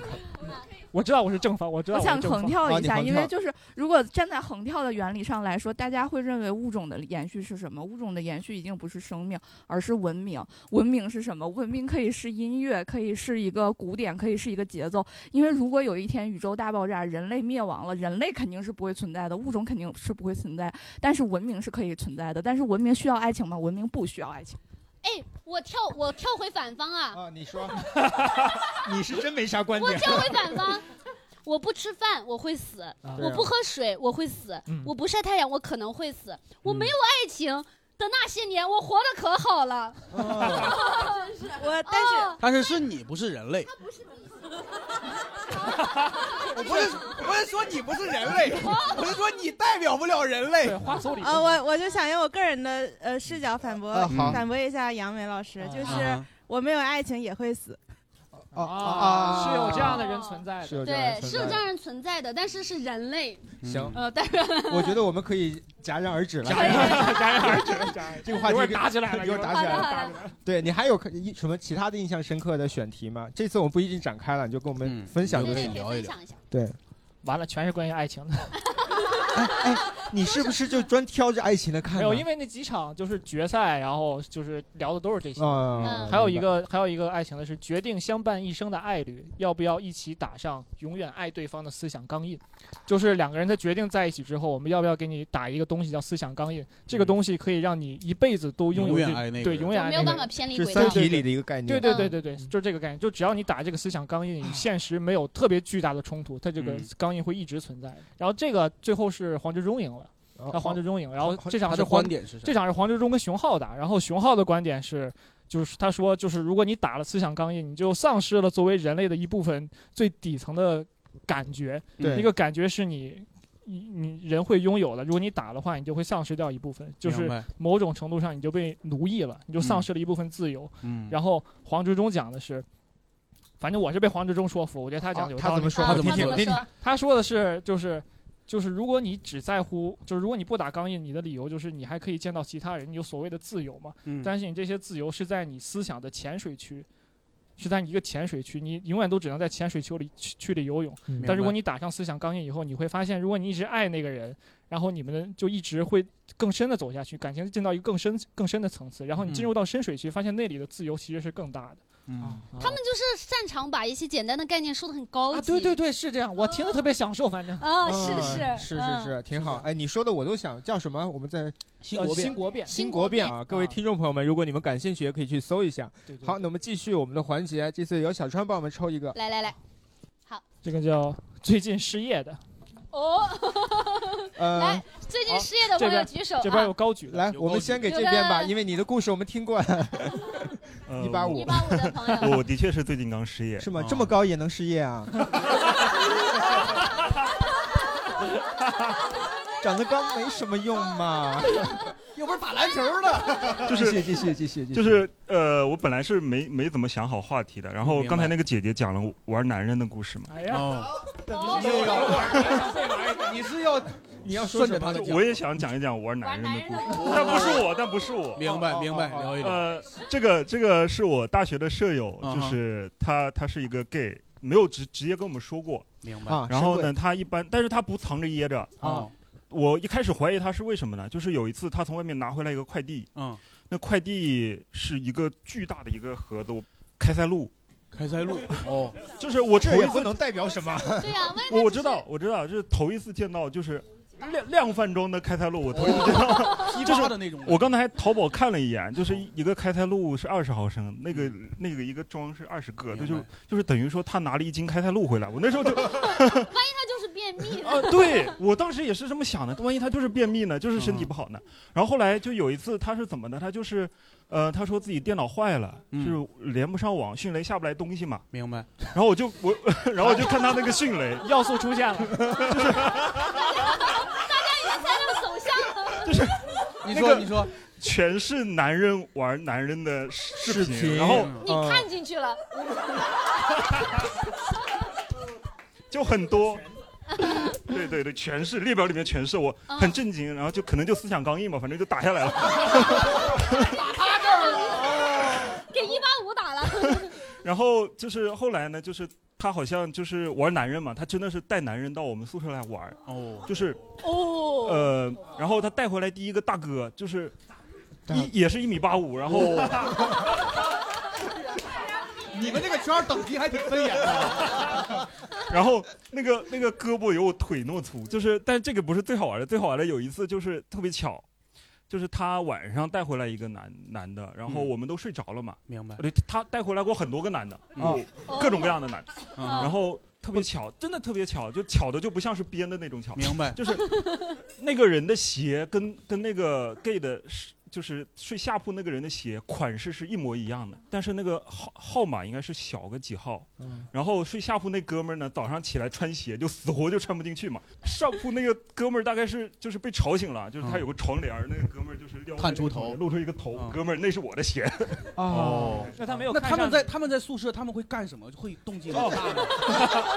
我知道我是正方，我知道啊我想是正啊方横跳一下，因为是就是如果站在横跳的原理上来说，大家会认为物种的延续是什么？物种的延续已经不是生命，而是文明。文明是什么？文明可以是音乐，可以是一个古典，可以是一个节奏。因为如果有一天宇宙大爆炸，人类灭亡了，人类肯定是不会存在的，物种肯定是不会存在，但是文明是可以存在的。但是文明需要爱情吗？文明不需要爱情。哎，我跳我跳回反方啊，啊，你说，你是嗯真没啥观 我跳回反方。我不吃饭我会死，我不喝水我会死，我不晒太阳我可能会死，我没有爱情的那些年我活得可好了。 哦我但 是但是是你不是人类，我不是我不是说你不是人类，我哦是说你代表不了人类。花丛呃，我我就想用我个人的呃视角反驳、嗯啊好反驳一下杨梅老师，就是啊我没有爱情也会死。啊有这样的人存在是有的，这样的人，对是有存这在样人存在的，但是是人类。嗯行，呃，但是 我觉得我们可以戛然而止了。戛然而止戛然而止这个 话题一会儿打起来了一会儿打起来好的了。好的对你还有一什么其他的印象深刻的选题吗？这次我们不一定展开了，你就跟我们分享对就对，行可以。分享一下。对，哎完了全是关于爱情的。 你是不是就专挑着爱情的看呢？没有，因为那几场就是决赛，然后就是聊的都是这些。啊还有一个，还有一个爱情的是决定相伴一生的爱侣，要不要一起打上永远爱对方的思想钢印？就是两个人在决定在一起之后，我们要不要给你打一个东西叫思想钢印？这个东西可以让你一辈子都拥有永远这爱那个对，人永远爱没那有个办人法偏离是轨《道三。体》里的一个概念。对对对对对，就是这个概念。就只要你打这个思想钢印，与现实没有特别巨大的冲突，它这个嗯钢印会一直存在的。然后这个最后是黄志忠赢了，哦他黄志忠赢了。然后黄这场他是的黄观点是啥这场是黄志忠跟熊浩打，然后熊浩的观点是。就是他说，就是如果你打了思想钢印，你就丧失了作为人类的一部分最底层的感觉。对那个感觉是你你你人会拥有的。如果你打的话，你就会丧失掉一部分，就明是白某种程度上你就被奴役了，你就丧嗯失了一部分自由。嗯然后黄执中讲的是，反正我是被黄执中说服，我觉得他讲的有他道怎理。么说？他我怎听么听说听听。他说的是，就是就是，如果你只在乎，就是如果你不打钢印，你的理由就是你还可以见到其他人，你有所谓的自由嘛。嗯但是你这些自由是在你思想的浅水区。是在一个浅水区，你永远都只能在浅水区里区区里游泳嗯。但如果明白你打上思想钢印以后，你会发现，如果你一直爱那个人，然后你们的就一直会更深的走下去，感情进到一个更深更深的层次。然后你进入到深水区，发现那里的自由其实是更大的。嗯， 他们就是擅长把一些简单的概念说的很高级。啊对对对，是这样，我听着特别享受，反正啊，是嗯是是是是，挺好。哎，你说的我都想叫什么？我们在新国变新国变，新新国国变变啊！各位听众朋友们，如果你们感兴趣，也可以去搜一下对。对好，那我们继续我们的环节，这次由小川帮我们抽一个。来来来，这个叫 最近失业的，哦，呃， 最近失业的这朋友边举手啊！这边有高举的哎来，我们先给这边吧，因为你的故事我们听过了。呃一八五， 185的朋 我我的确是最近刚失业，啊是吗？这么高也能失业 啊？长得高没什么用 嘛。又不是打篮球的，就是继续继续继续继续，就是呃，我本来是没没怎么想好话题的，然后明白刚才那个姐姐讲了玩男人的故事嘛，哎呀，哦 你是要你要说什么？我也想讲一讲玩男人的故事，但不是我，但不是我。哦明白明白，聊一聊。呃，这个这个是我大学的舍友，嗯就哼是他他是一个 gay，没有直直接跟我们说过，明白。白啊然后深呢，柜他一般，但是他不藏着掖着哦我一开始怀疑他是为什么呢？就是有一次他从外面拿回来一个快递，嗯，那快递是一个巨大的一个盒子，我开塞露。开塞露哦，就是我这头一也次不能代表什么。对呀、我我知道，我知道，就是头一次见到就是量量贩中的开塞露，我头一次见 到，啊哦批就是发的那种哦我刚才还淘宝看了一眼，就是一个开塞露是二十毫升，那个嗯那个一个装是二十个，这就就是等于说他拿了一斤开塞露回来，我那时 候就万一他就是便秘呢？啊， 对我当时也是这么想的，万一他就是便秘呢，就是身体不好呢。嗯然后后来就有一次他是怎么的，他就是，呃，他说自己电脑坏了，就是连不上网，迅雷下不来东西嘛。嗯明白。然后我就我，然后我就看他那个迅雷 要素出现 了，就是大家已经猜到走向 了，就是你 那说个你说，全是男人玩男人的视视频嗯然后你看进去 了。 就很多。对对对，全是列表里面全是，我嗯很震惊，然后就可能就思想刚硬吧，反正就打下来了。 他这儿了，给一八五打了。然后就是后来呢，就是他好像就是玩男人嘛，他真的是带男人到我们宿舍来玩哦，就是哦，呃，然后他带回来第一个大哥就是大一也是一米八五，然后、 你们这个圈儿等级还挺森严的。 然后那个那个胳膊有我腿那么粗，就是但是这个不是最好玩的，最好玩的有一次就是特别巧。就是他晚上带回来一个男男的，然后嗯我们都睡着了嘛。明白对，他带回来过很多个男的，嗯嗯各种各样的男的。嗯然后特别巧，真的特别巧，就巧的就不像是编的那种巧。明白就是那个人的鞋跟跟那个 gay 的是，就是睡下铺那个人的鞋款式是一模一样的，但是那个号号码应该是小个几号。嗯然后睡下铺那哥们儿呢，早上起来穿鞋就死活就穿不进去嘛。上铺那个哥们儿大概是就是被吵醒了，嗯就是他有个床帘儿，那个哥们儿就是撩开探出嗯那个床帘儿露出一个头，哥们儿那是我的鞋。哦那他没有那看他们上在他们在宿舍他们会干什么？会动静很大吗？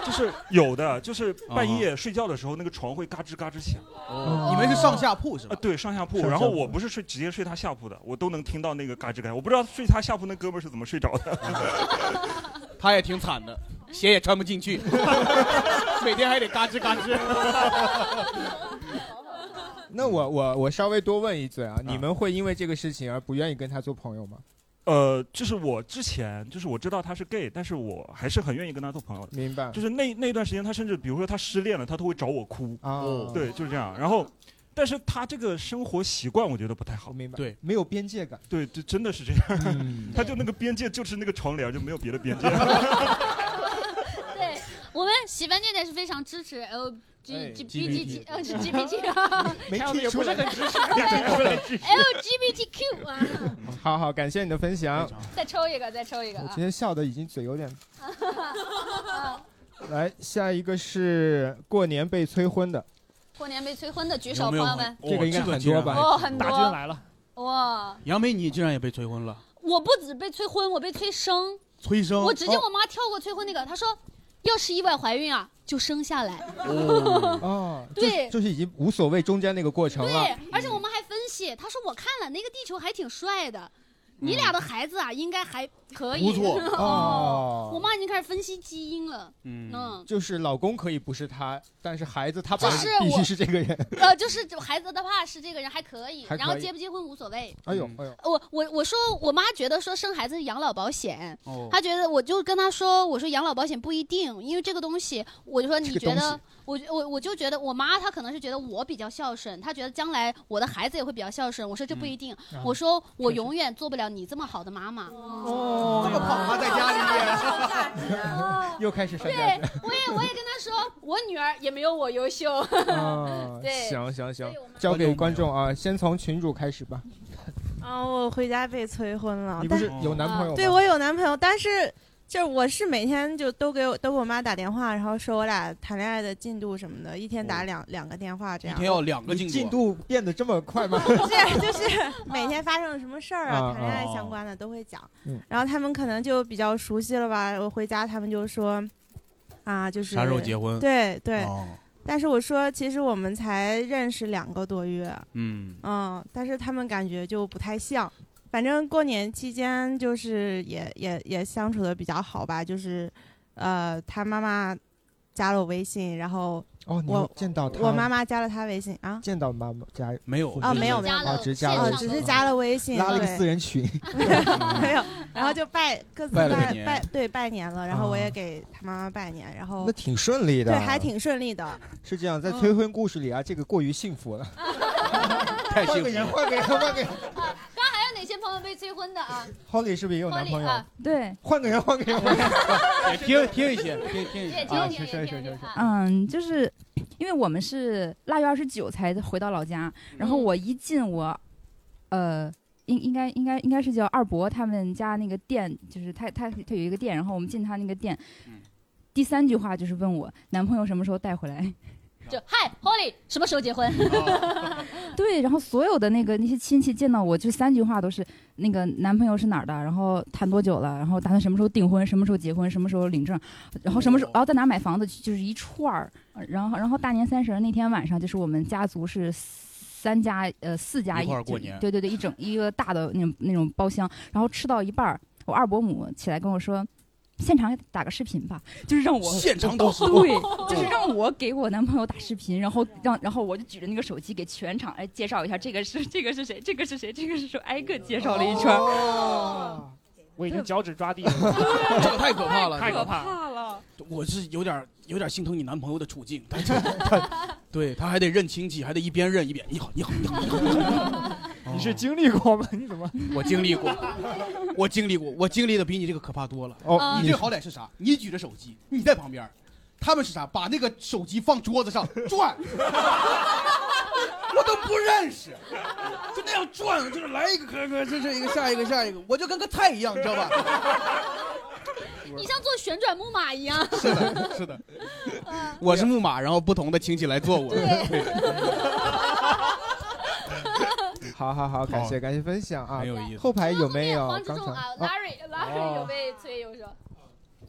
就是 有的，就是半夜睡觉的时候，那个床会嘎吱嘎吱响。哦你们是上下铺是吧啊，对，上下铺。上下铺然后我不是睡直接睡他下铺的，我都能听到那个嘎吱嘎吱。我不知道睡他下铺那哥们儿是怎么睡着 的。 他也挺惨的，鞋也穿不进去， 每天还得嘎吱嘎吱。那我我我稍微多问一嘴啊，嗯你们会因为这个事情而不愿意跟他做朋友吗？呃，就是我之前就是我知道他是 gay，但是我还是很愿意跟他做朋友的。明白就是那那段时间，他甚至比如说他失恋了，他都会找我哭。哦对，就是这样。然后，但是他这个生活习惯我觉得不太好。明白。对，没有边界感。对，就真的是这样。 他就那个边界就是那个床帘，就没有别的边界。对我们喜番电台是非常支持 L G G B 哎 G T，呃 是 G B T， 啊没听也不是很 支持 L G B T Q 啊， 好好，感谢你的分享。再抽一个，再抽一个我啊今！天笑的已经嘴有点。啊来，下一个是过年被催婚的， 过年被催婚的举手，朋友们，这个应该很多吧？哦，很多了，哇！杨梅你竟然也被催婚了，我不止被催婚，我被催生。催生。我直接哦我妈跳过催婚那个，她说要是意外怀孕啊，就生下来。嗯 哦，就对就是已经无所谓中间那个过程了对。，而且我妈还分析，她说我看了那个地球还挺帅的，你俩的孩子啊，应该还可以。嗯不 错哦我妈已经开始分析基因了。嗯嗯，就是老公可以不是他，但是孩子他爸就是必我须是这个 人。呃，就是这孩子他爸是这个人还可以，还可然以后结不结婚无所谓。哎呦哎呦，我我我说我妈觉得说生孩子是养老保险，哦她觉得我就跟她说，我说养老保险不一定，因为这个东西，我就说这你个觉东得西，我我我就觉得我妈她可能是觉得我比较孝顺，她觉得将来我的孩子也会比较孝顺，我说这不一定，嗯啊我说我永远做不了你这么好的妈妈。哦，这么胖还在 家里面， 又开始上对，价值。我也我也跟她说，我女儿也没有我优秀。 啊对，行行行，交给观众啊，先从群主开始吧。啊，我回家被催婚了。你不但啊是有男朋友吗对我有男朋友，但是就是我是每天就都给我都给我妈打电话，然后说我俩谈恋爱的进度什么的，一天哦打两、两个电话这一样。天要两个你进啊进度变得这么快吗？不是，就是每天发生了什么事儿啊，啊谈恋爱啊啊相关的都会讲。嗯然后他们可能就比较熟悉了吧。我回家，他们就说，啊，就是啥时候结婚对对。哦但是我说，其实我们才认识两个多月。嗯嗯，但是他们感觉就不太像。反正过年期间就是也也也相处的比较好吧，就是，呃，他妈妈加了我微信，然后哦，你我见到他，我妈妈加了他微信啊，见到妈妈家没有啊没有没有啊，只是加哦了，只是加了微信，拉了个对私人群。 没有，然后就拜各自拜拜了个年拜对拜年了，然后我啊也给他妈妈拜年，然后那挺顺利的对，还挺顺利的。是这样，在嗯催婚故事里啊，这个过于幸福 了。太换个人，换个人，换个人。刚还有哪些朋友被催婚的啊？ Holly 是不是也有男朋友？对，换个人，换个人，换个人。也哎听听一些，听听一些也听啊听也是是听是是嗯，就是因为我们是腊月二十九才回到老家，然后我一进我，呃，应应该应该应该是叫二伯他们家那个店，就是他他他有一个店，然后我们进他那个店，第三句话就是问我男朋友什么时候带回来。就嗨，Holly，什么时候结婚？ 对，然后所有的那个那些亲戚见到我，就三句话都是那个男朋友是哪儿的，然后谈多久了，然后打算什么时候订婚，什么时候结婚，什么时候领证，然后什么时候，哦然后在哪买房子，就是一串儿。然后，然后大年三十儿那天晚上，就是我们家族是。三家呃四家一块儿过就年对对对，一整一个大的那种那种包厢，然后吃到一半儿，我二伯母起来跟我说，现场打个视频吧，就是让我现场导视对，就是让我给我男朋友打视频，然后让然后我就举着那个手机给全场哎介绍一下，这个是这个是谁，这个是谁，这个是谁，挨个介绍了一圈儿。哦我已经脚趾抓地了，这哦个太可怕了，太这可个怕。了。我是有点有点心疼你男朋友的处境，但是他对他还得认亲戚，还得一边认一边你好你好你好，哦你是经历过吗？你怎么？我经历过， 我经历过，我经历的比你这个可怕多了。哦你你这好歹是啥？你举着手机，你在旁边儿，他们是啥？把那个手机放桌子上转，我都不认识，就那样转，就是来一个哥哥，这是一个下一个下一个，我就跟个菜一样，你知道吧？嗯你像坐旋转木马一样。是的，是的，我是木马，然后不同的亲戚来做我。好好好，感 谢好感谢分享啊，很有意思后排有没有黄志刚忠才？啊啊，Larry，Larry 有被催有说，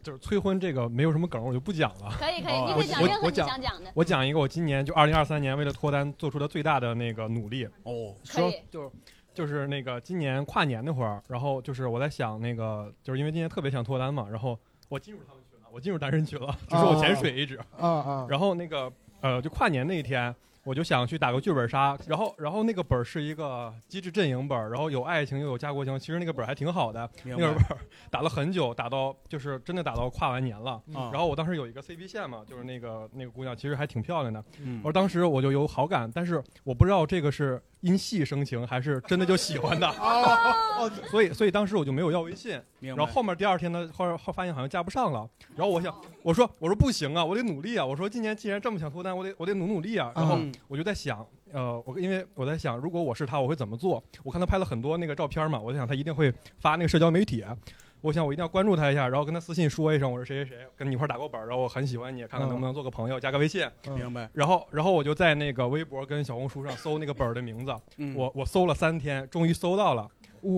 就是催婚这个没有什么梗，我就不讲了。啊可以可以你可以讲我任何我你讲想讲的我讲一个我今年就二零二三年为了脱单做出的最大的那个努力。哦，可说以就就是那个今年跨年那会儿，然后就是我在想那个，就是因为今年特别想脱单嘛，然后我进入他们群了，我进入单身群啊 了，只是我潜水一直。啊啊然后那个呃，就跨年那一天，我就想去打个剧本杀，然后然后那个本儿是一个机制阵营本儿，然后有爱情又有家国情，其实那个本儿还挺好的，明那白个本儿 打了很久，打到就是真的打到跨完年了。嗯然后我当时有一个 CP 线嘛，就是那个那个姑娘其实还挺漂亮的，嗯我当时我就有好感，但是我不知道这个是因戏生情还是真的就喜欢的。哦， 所以所以当时我就没有要微信，明白然后后面第二天呢，后后发现好像加不上了，然后我想哦我说我说不行啊，我得努力啊，我说今年既然这么想脱单，我得我得努努力啊，然后嗯我就在想，呃，我因为我在想，如果我是他，我会怎么做？我看他拍了很多那个照片嘛，我在想他一定会发那个社交媒体。啊我想我一定要关注他一下，然后跟他私信说一声，我是谁谁谁，跟你一块儿打过本儿，然后我很喜欢你，看看能不能做个朋友，加个微信。嗯明白。然后，然后我就在那个微博跟小红书上搜那个本儿的名字，嗯我我搜了三天，终于搜到了。哇，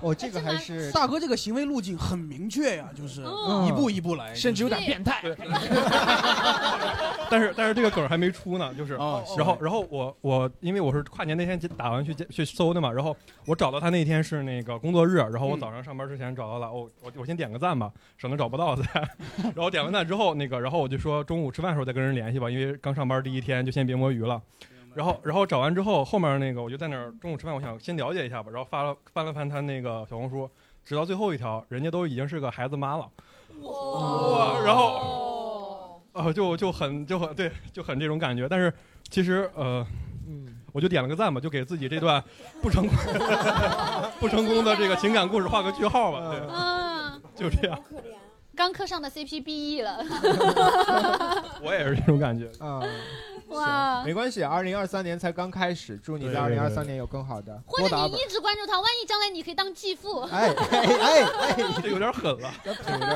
哦，这个还是大哥这个行为路径很明确呀，就是嗯一步一步来，甚至有点变态。但是但是这个梗儿还没出呢，就是，是然后然后我我因为我是跨年那天打完去去搜的嘛，然后我找到他那天是那个工作日，然后我嗯早上上班之前找到了，哦我我我先点个赞吧，省得找不到再， 然后点完赞之后那个，然后我就说中午吃饭的时候再跟人联系吧，因为刚上班第一天就先别摸鱼了。然后，然后找完之后，后面那个我就在那儿中午吃饭，我想先了解一下吧。然后发了翻了翻他那个小红书，直到最后一条，人家都已经是个孩子妈了。哦哇！然后，呃，就就很就很对，就很这种感觉。但是其实呃，我就点了个赞吧，就给自己这段不成功 不成功的这个情感故事画个句号吧。 嗯，对，就这样，刚磕上的 CP 毕业 了，我也是这种感觉。啊，哇！没关系，二零二三年才刚开始，祝你在二对对零对二对三年有更好的。或者你一直关注他，万一将来你可以当继父。 哎哎哎哎，这有点狠了，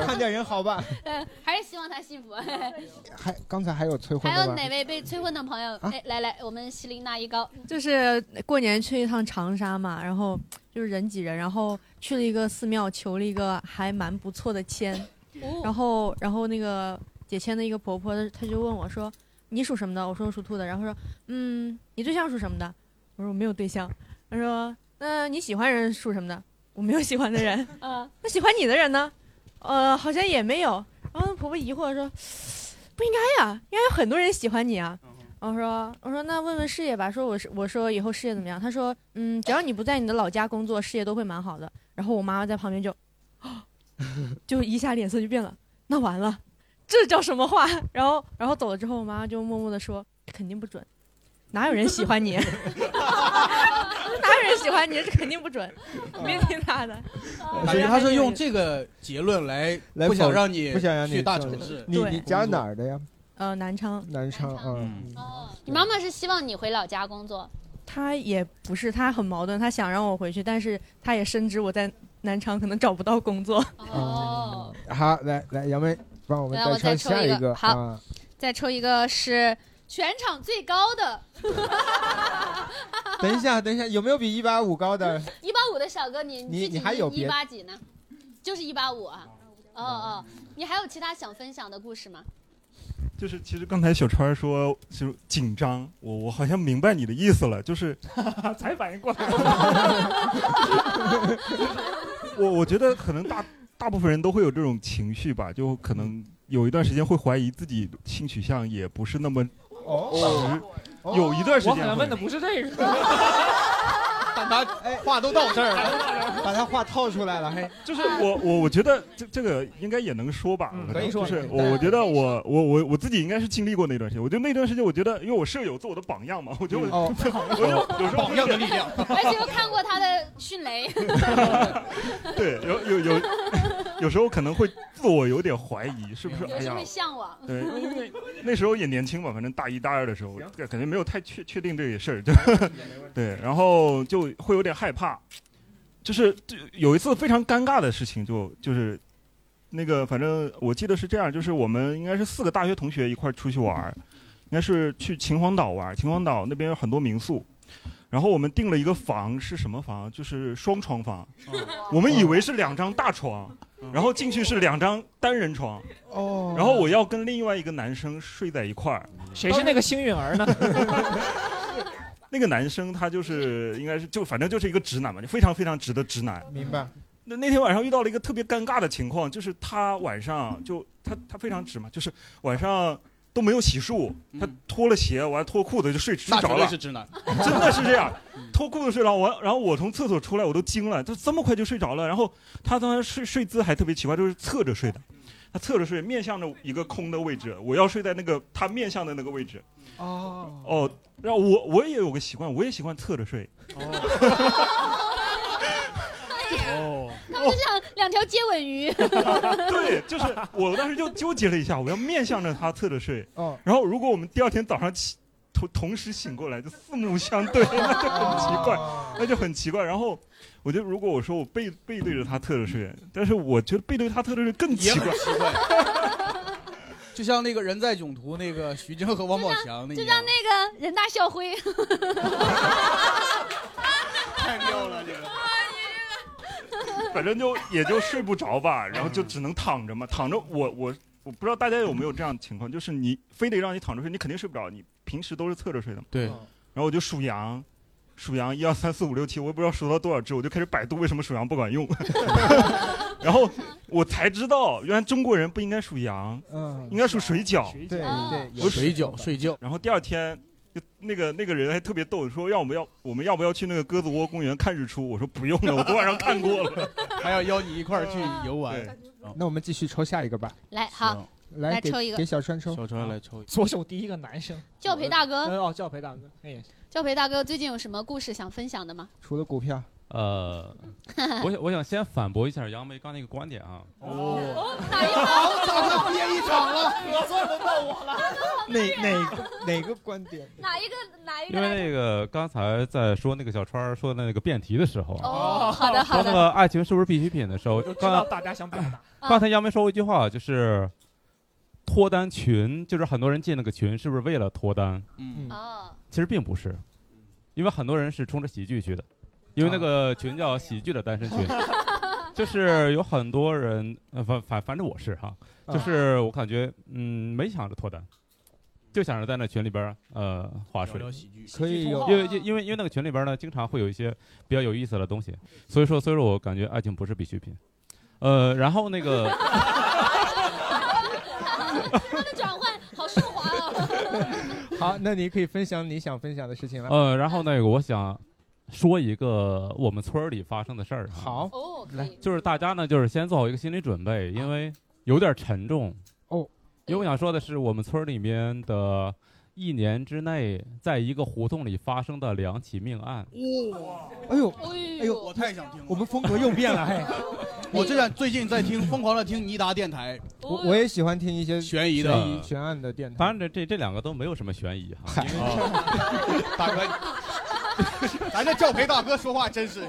看点人好吧？呃，还是希望他幸福。 还刚才还有催婚还的有吗？哪位被催婚的朋友？哎，来来，我们西林娜一高，就是过年去一趟长沙嘛，然后就是人挤人，然后去了一个寺庙，求了一个还蛮不错的签，哦然后然后那个解签的一个婆婆，她她就问我说：“你属什么的？”我说：“我属兔的。”然后说：“嗯，你对象属什么的？”我说：“我没有对象。”她说：“那你喜欢人属什么的？”我没有喜欢的人。啊，那喜欢你的人呢？呃，好像也没有。然后婆婆疑惑地说：“不应该呀，应该有很多人喜欢你啊。”我说：“我说那问问事业吧。说我是我说以后事业怎么样？”她说：“嗯，只要你不在你的老家工作，事业都会蛮好的。”然后我妈妈在旁边就，就一下脸色就变了。那完了，这叫什么话？然后然后走了之后，我妈妈就默默地说：“这肯定不准，哪有人喜欢你？ 哪有人喜欢你？这肯定不准，你别听她的。”所以他是用这个结论来来不想否让你不想让你去大上城市。你对你家哪儿的呀？呃，南昌，南昌嗯，你妈妈是希望你回老家工 作，她也不是，她很矛盾，她想让我回去，但是她也深知我在南昌可能找不到工作。哦，好，来来，杨梅帮我们来我再再抽抽下一个个。好 啊再抽一个是全场最高的，等一下，等一下，有没有比一八五高的？一八五的小哥，你你自己你还有一别八几呢？就是一八五啊。哦哦，你还有其他想分享的故 事吗？就是其实刚才小川说就是紧张，我我好像明白你的意思 了，就是啊才反应过来， 我我觉得可能大大部分人都会有这种情绪吧，就可能有一段时间会怀疑自己性取向也不是那么哦直， 有一段时哦我间好会像问的不是这 个。把他话都到这儿了，哎把他话套出来了，嘿，就是啊我我我觉得这这个应该也能说吧，嗯我可以说就是可以我我觉得我我我我自己应该是经历过那段时间，我觉得那段时间我觉得因为我舍友做我的榜样嘛，我觉得我、哦 我就有时候嗯榜样的力量，而且又看过他的迅雷， 对有有有有时候可能会自我有点怀疑，是不是？有哎时呀会，向往。对， 那时候也年轻嘛，反正大一大二的时候，感觉没有太确确定这个事儿，就 对，然后就会有点害怕。就是就有一次非常尴尬的事情就，就是那个，反正我记得是这样，就是我们应该是四个大学同学一块儿出去玩儿，应该是去秦皇岛玩儿，秦皇岛那边有很多民宿。然后我们订了一个房，是什么房？就是双床房。我们以为是两张大床，然后进去是两张单人床。哦然后我要跟另外一个男生睡在一块儿。谁是那个幸运儿呢？ 那个男生他就是应该是就反正就是一个直男嘛，就非常非常直的直男。明白。那那天晚上遇到了一个特别尴尬的情况，就是他晚上就他他非常直嘛，就是晚上都没有洗漱，嗯他脱了鞋，完了脱裤子就睡睡那绝着对了，是 直男， 真的是这样，脱裤子睡着。我然后我从厕所出来，我都惊了，他这么快就睡着了。然后他当时睡睡姿还特别奇怪，就是侧着睡的，他侧着睡，面向着一个空的位置，我要睡在那个他面向的那个位置。哦，哦，然后我我也有个习惯，我也喜欢侧着睡。哦，他们就像两条接吻鱼， 对，就是我当时就纠结了一下，我要面向着他侧着睡。嗯哦，然后如果我们第二天早上起同同时醒过来，就四目相哦对，那就很奇怪，那就很奇怪。然后我觉得，如果我说我背背对着他侧着睡，但是我觉得背对他侧着睡更也奇很怪。奇怪。就像那个人在囧途那个徐峥和王宝强那就一像样，那个人大校徽，太妙了，这个。 反正就也就睡不着吧，然后就只能躺着嘛，躺着我我我不知道大家有没有这样的情况，就是你非得让你躺着睡，你肯定睡不着，你平时都是侧着睡的嘛。对然后我就数羊，数羊一二三四五六七，我也不知道数到多少只，我就开始百度为什么数羊不管用， 然后我才知道原来中国人不应该数羊，嗯应该数水饺。水饺对对有我水饺睡觉。然后第二天。就那个那个人还特别逗，说要不要我们要不要去那个鸽子窝公园看日出？我说不用了，我昨晚上看过了。 还要邀你一块儿去游玩。那我们继续抽下一个吧。 来，好，来给抽一个给小川抽，小川来抽一左手第一个男 生，教培大哥呃哦，教培大哥，哎，教培大哥最近有什么故事想分享的吗？ 除了股票，呃，我想我想先反驳一下杨梅刚那个观点啊。哦，好早上憋一场了 我做轮到我了。 哪哪个哪个观点？ 哪一个哪一因个来着？为那个刚才在说那个小川儿说的那个辩题的时候啊，哦，好的嗯好说那个的，爱情是不是必需品的时候，我嗯知道刚大家想表达，刚才杨梅说过一句话，就是脱单群，就是很多人进那个群是不是为了脱单？嗯哦，其实并不是，因为很多人是冲着喜剧去的，因为那个群叫喜剧的 单身群，啊 就是有很多人，呃，反反反正我是哈，嗯就是我感觉嗯没想着脱单，就想着在那群里边儿呃划水聊聊喜剧啊可以有因为因为因为因为那个群里边儿呢经常会有一些比较有意思的东西，所以说所以说我感觉爱情不是必需品，呃，然后那个他的转换好顺滑哦。 好，那你可以分享你想分享的事情了。呃，然后那个我想说一个我们村儿里发生的事儿啊，好，来，就是大家呢，就是先做好一个心理准备，因为有点沉重哦。因为我想说的是，我们村儿里面的一年之内，在一个胡同里发生的两起命案。哇！哎呦，哎呦，我太想听了。我们风格又变了，哎， 我这两最近在听，疯狂的听尼达电台。我我也喜欢听一些悬疑的悬案的电台。啊当然，这这这两个都没有什么悬疑 哈。因为 哦大哥， 咱这教培大哥说话真是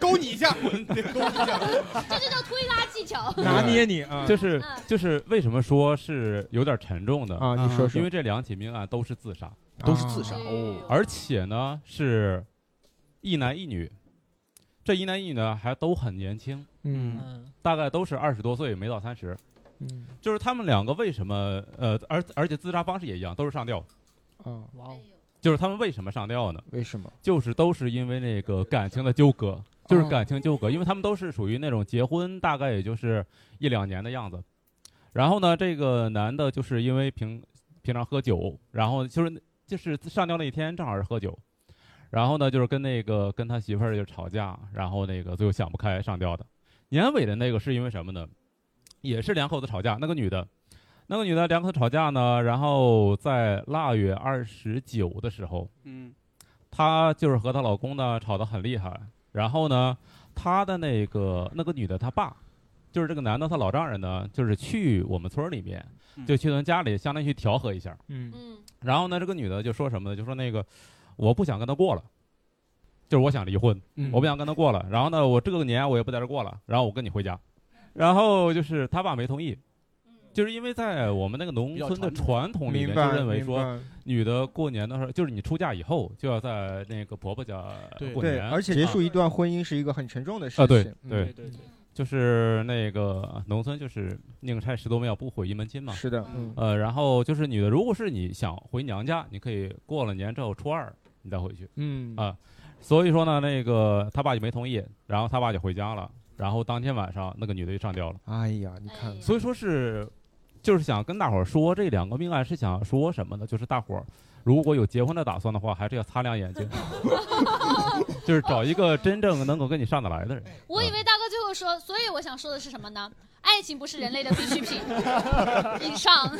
勾你一下， 得勾你一下。这就叫推拉技巧。你啊就是就是为什么说是有点沉重的啊你说说因为这两起命案都是自杀，都是自杀哦，而且呢是一男一女，这一男一女呢还都很年轻，嗯，大概都是二十多岁，没到三十，嗯，就是他们两个为什么呃，而而且自杀方式也一样，都是上吊，啊，哇哎哦，就是他们为什么上吊呢？为什么？就是都是因为那个感情的纠葛，就是哦感情纠葛，因为他们都是属于那种结婚大概也就是一两年的样子，然后呢，这个男的就是因为平平常喝酒，然后就是就是上吊那天正好是喝酒，然后呢就是跟那个跟他媳妇儿就吵架，然后那个最后想不开上吊的。年尾的那个是因为什么呢？也是两口子吵架，那个女的，那个女的两口子吵架呢，然后在腊月二十九的时候，嗯，她就是和她老公呢吵得很厉害，然后呢，她的那个那个女的她爸，就是这个男的他老丈人呢，就是去我们村儿里面，就去他们家里，相当于去调和一下，嗯嗯，然后呢，这个女的就说什么呢？就说那个我不想跟他过了，就是我想离婚，嗯我不想跟他过了。然后呢，我这个年啊我也不在这过了，然后我跟你回家。然后就是他爸没同意，就是因为在我们那个农村的传统里面，明就白认为明说白女的过年的时候，就是你出嫁以后就要在那个婆婆家过对，年，而且结束一段婚姻是一个很沉重的事情。啊啊，对嗯对对，就是那个农村就是宁拆十座庙，不毁一门亲嘛。是的，嗯呃，然后就是女的，如果是你想回娘家，你可以过了年之后初二你再回去。嗯啊，所以说呢，那个他爸就没同意，然后他爸就回家了，然后当天晚上那个女的就上吊了。哎呀，你看，所以说是，就是想跟大伙儿说，这两个命案是想说什么呢？就是大伙儿如果有结婚的打算的话，还是要擦亮眼睛，就是找一个真正能够跟你上得来的人。我以为大哥最后说，所以我想说的是什么呢？爱情不是人类的必需 品。以上。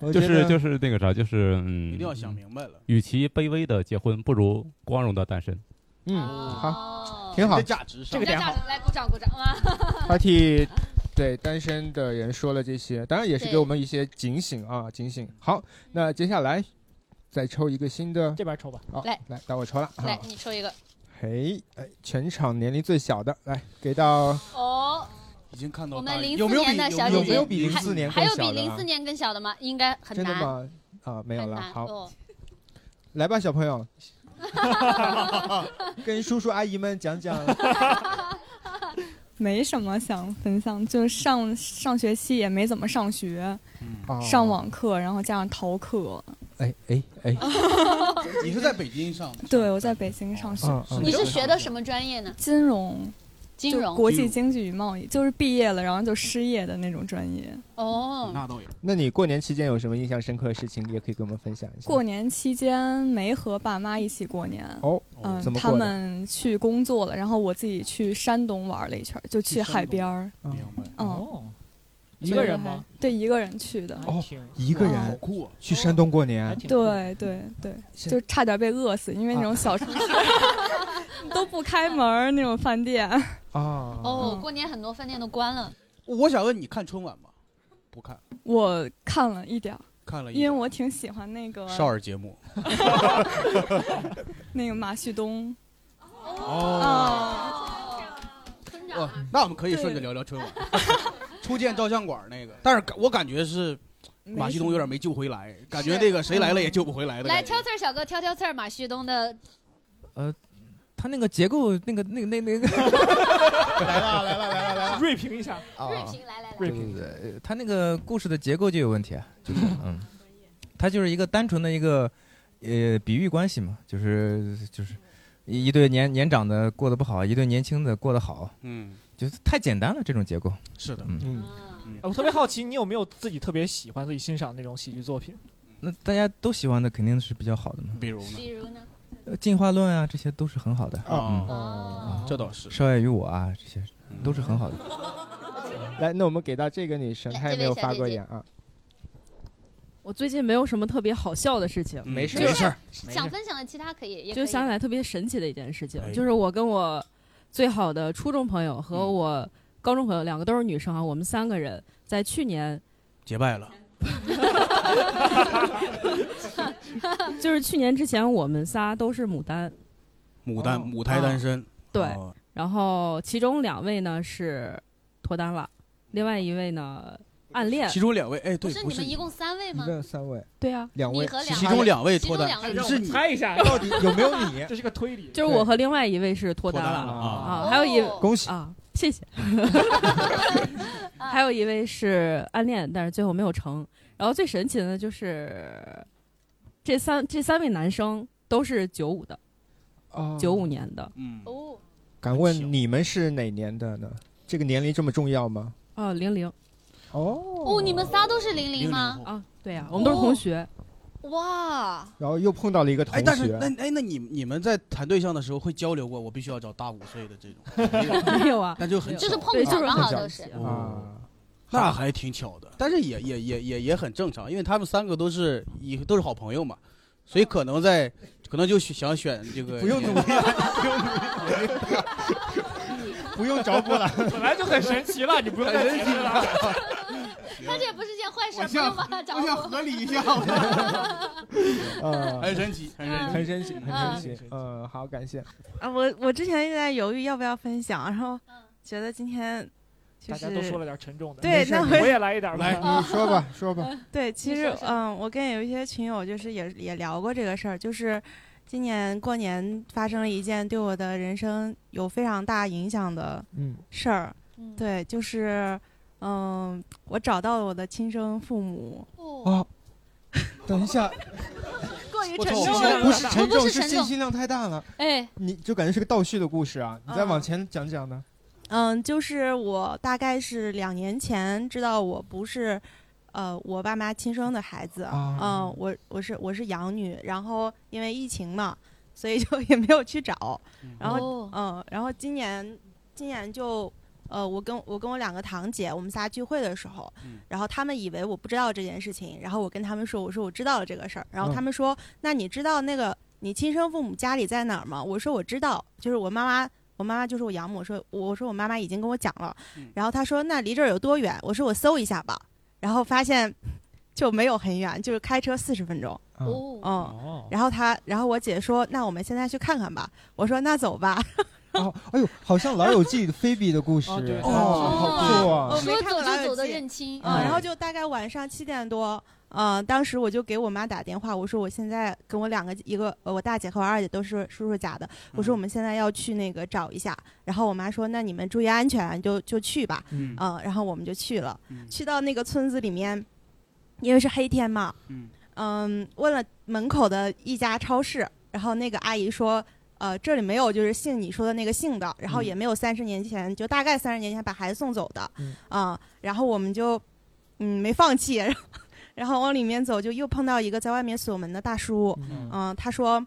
我就觉是得就是那个啥，就是嗯，一定要想明白了。与其卑微的结婚，不如光荣的单身。嗯，哦好，挺好，在价值上这个点好。来鼓掌鼓掌啊！ 他替对单身的人说了这些，当然也是给对我们一些警醒啊，警醒。好，那接下来再抽一个新的，这边抽吧。好，来来，到我抽了。来啊，你抽一个。嘿，哎，全场年龄最小的，来给到哦，已经看到我大们一零有四没有比年的小姐姐，有没有 比04年还还有更比小的啊零四年更小的吗？应该很真的难。哦吗？啊，没有了。难好，哦 来吧，小朋友，跟叔叔阿姨们讲讲。没什么想分享，就上上学期也没怎么上学，嗯哦上网课，然后加上逃课。哎哎哎， 你是在北京上的？对，我在北京上嗯学，哦你是学的什么专业呢？金融，金融就国际经济与贸易，就是毕业了然后就失业的那种专业。哦，倒有。 那你过年期间有什么印象深刻的事情，也可以跟我们分享一下。过年期间没和爸妈一起过年，哦嗯怎，么他过的们去工作了，然后我自己去山东玩了一圈，就去海边儿。明白。哦嗯，一个人觉得吗还？对，一个人去的。哦，一个哇人去哦山东过年，对对对，现就差点被饿死，因为那种小城市、 都不开门儿那种饭店。啊哦，过年很多饭店都关了。我想问你看春晚吗？不看，我看了一点儿，看了一因为点我挺喜欢那个少儿节目。 那个马旭东。哦哇，啊那我们可以顺着聊聊春晚， 初见照相馆那个。但是感我感觉是没马旭东什么有嗯点没救回来，感觉那个谁来了也救不回来的来感觉。挑刺儿，小哥挑挑刺儿，马旭东的呃，他那个结构，那个那个那那个来了来了来了来了，锐评一下，哦锐评来来锐对对评，对，呃他那个故事的结构就有问题啊，就是嗯，他就是一个单纯的一个呃比喻关系嘛，就是就是一一对年年长的过得不好，一对年轻的过得好，嗯，就是太简单了这种结构。是的，嗯，哎我特别好奇，你有没有自己特别喜欢、自己欣赏那种喜剧作品？那大家都喜欢的肯定是比较好的嘛，比如比如呢？呃进化论啊，这些都是很好的。哦嗯，啊这倒是。嗯少爷与我啊，这些都是很好的。来，那我们给到这个女生，她也没有发过言啊。我最近没有什么特别好笑的事情，嗯没事就是没事儿想分享的其他可以，也可就以想起来特别神奇的一件事情哎，就是我跟我最好的初中朋友和我高中朋友两个都是女生啊，我们三个人在去年，结拜了，就是去年之前我们仨都是牡丹，牡哦丹母胎单身，哦对，然后其中两位呢是脱单了，另外一位呢暗恋，其中两位哎不对，是不你是们一共三位吗？一个三位，对啊，两位你和，其中两位脱单其中两位，你脱是单你猜一下，到底有没有你？ 这是个推理，就是我和另外一位是脱单脱单了啊啊，还有一哦恭喜啊，谢谢，还有一位是暗恋，但是最后没有成。然后最神奇的就是这三这三位男生都是九五的，九五年的，哦嗯，哦，敢问你们是哪年的呢？这个年龄这么重要吗？哦零零，哦，哦，你们仨都是零零吗？啊，对呀、我们都是同学，哇，哦然后又碰到了一个同哎，学，但是那哎，那你你们在谈对象的时候会交流过？我必须要找大五岁的这种， 没有啊那就很巧就是碰巧刚好都是嗯哦，那还挺巧的，但是也也也也也很正常，因为他们三个都是以都是好朋友嘛，所以可能在可能就想选这个，不用努力， 不用找补 了，本来就很神 奇了，你不用再解释啊了。那这也不是件坏事，我不用想把它找我想合理一下，很神奇，很神奇，很神奇，嗯很神奇。呃，嗯好，感谢。 啊，我我之前一直在犹豫要不要分享，然后觉得今天就大是家都说了点沉重的，对，那我也来一点吧。吧，说 吧。对，其你实说说嗯，我跟有一些群友就是也也聊过这个事儿，就是今年过年发生了一件对我的人生有非常大影响的嗯事儿。嗯对，就是嗯，我找到了我的亲生父母。啊，等一下，过于我沉操，重我了，不是沉重，不是沉信重。息量太大了。哎，你就感觉是个倒叙的故事啊！你再往前讲讲呢？嗯，就是我大概是两年前知道我不是，呃，我爸妈亲生的孩子。啊嗯，我我是我是养女，然后因为疫情嘛，所以就也没有去找。 然后、嗯，然后今年今年就。呃，我跟我跟我两个堂姐，我们仨聚会的时候，嗯然后他们以为我不知道这件事情，然后我跟他们说，我说我知道了这个事儿，然后嗯他们说，那你知道那个你亲生父母家里在哪儿吗？我说我知道，就是我妈妈，我妈妈就是我养母，说我说我妈妈已经跟我讲了，然后她说那离这儿有多远？我说我搜一下吧，然后发现就没有很远，就是开车四十分钟。 哦嗯，然后她，然后我姐说，那我们现在去看看吧。我说那走吧。哦，哎呦，好像《老友记》菲比的故事哦，好酷啊！我没说看过走老友就走的记认亲，嗯，然后就就大概晚上七点多，呃，当时我就给我妈打电话，我说我现在跟我两个一个呃我大姐和我二姐都是叔叔家的，我说我们现在要去那个找一下，然后我妈说那你们注意安全，就就去吧，嗯呃然后我们就去了，去到那个村子里面，因为是黑天嘛，嗯嗯，问了门口的一家超市，然后那个阿姨说，呃，这里没有就是姓你说的那个姓的，然后也没有三十年前，就大概三十年前把孩子送走的，嗯啊然后我们就，嗯，没放弃， 然后然后往里面走，就又碰到一个在外面锁门的大叔，嗯嗯、他说，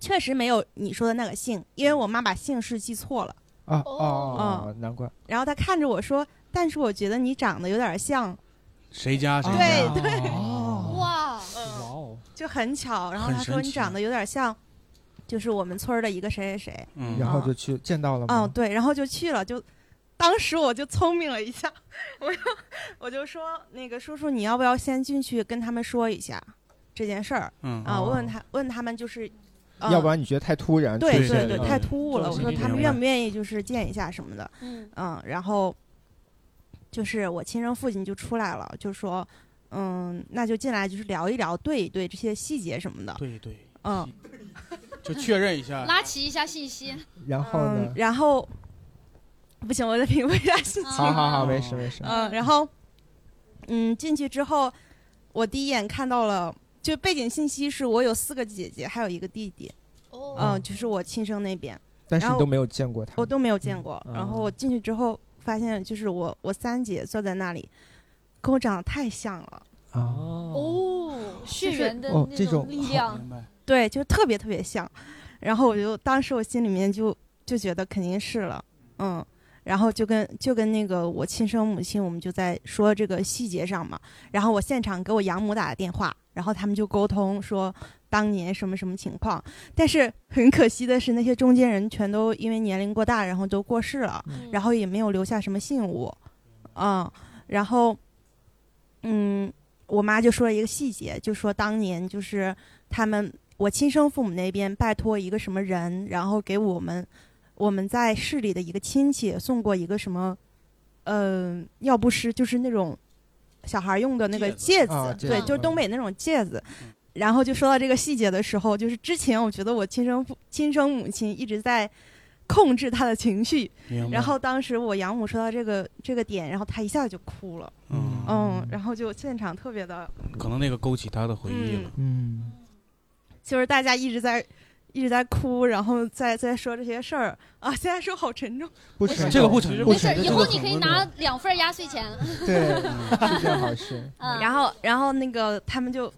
确实没有你说的那个姓，因为我妈把姓氏记错了，啊哦，难怪然后他看着我说，但是我觉得你长得有点像，谁家谁家？哦对对，哇，哇哦，就很巧。然后很他说神你奇长得有点像，就是我们村儿的一个谁谁谁。然后啊就去见到了嗯，吗？对，然后就去了，就当时我就聪明了一下，我就我就说那个叔叔，你要不要先进去跟他们说一下这件事儿？嗯啊，哦问问他问他们就是，呃要不然你觉得太突然出对现对了，嗯对，太突兀了。我说他们明愿白不愿意就是见一下什么的，嗯然后就是我亲生父亲就出来了，就说，嗯，那就进来就是聊一聊，对一对这些细节什么的，对对，嗯，就确认一下。拉齐一下信息。然后呢 嗯，？然后不行，我得评 估一下事情。好好好，没事没事。嗯，然后，嗯，进去之后，我第一眼看到了，就背景信息是我有四个姐姐，还有一个弟弟。哦嗯，就是我亲生那边。但是然你后都没有见过他，我都没有见过。嗯然后我进去之后，发现就是我我三姐坐在那里，跟我长得太像了。哦，血就是缘的 哦那这种种力量，对，就是特别特别像。然后我就当时我心里面就就觉得肯定是了，嗯。然后就跟就跟那个我亲生母亲，我们就在说这个细节上嘛。然后我现场给我养母打的电话，然后他们就沟通说当年什么什么情况。但是很可惜的是，那些中间人全都因为年龄过大，然后都过世了，然后也没有留下什么信物，嗯。然后嗯，我妈就说了一个细节，就说当年就是他们我亲生父母那边拜托一个什么人，然后给我们我们在市里的一个亲戚送过一个什么，呃，尿不湿，就是那种小孩用的那个戒戒指，指啊戒对，指就是东北那种戒指。然后就说到这个细节的时候，就是之前我觉得我亲生父亲生母亲一直在控制她的情绪明，白然后当时我养母说到这个这个点，然后她一下就哭了。嗯嗯，然后就现场特别的，可能那个勾起他的回忆了。嗯，就是大家一直在一直在哭，然后在在说这些事儿啊。现在说好沉重，不沉重这个不沉重没事儿，以后你可以温拿两份儿压岁钱。嗯对， 是件好事。然后然后那个他们就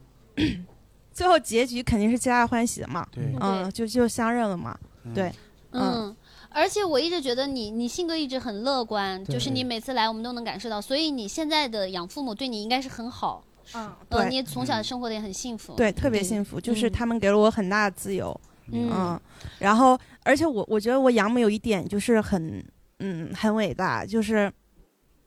最后结局肯定是皆大欢喜的嘛，对嗯，就就相认了嘛，对，嗯嗯，而且我一直觉得你，你性格一直很乐观，对就是你每次来我们都能感受到，所以你现在的养父母对你应该是很好，嗯，呃，对你从小生活的也很幸福，对，特别幸福，就是嗯他们给了我很大的自由，嗯然后而且我我觉得我养母有一点就是很嗯很伟大，就是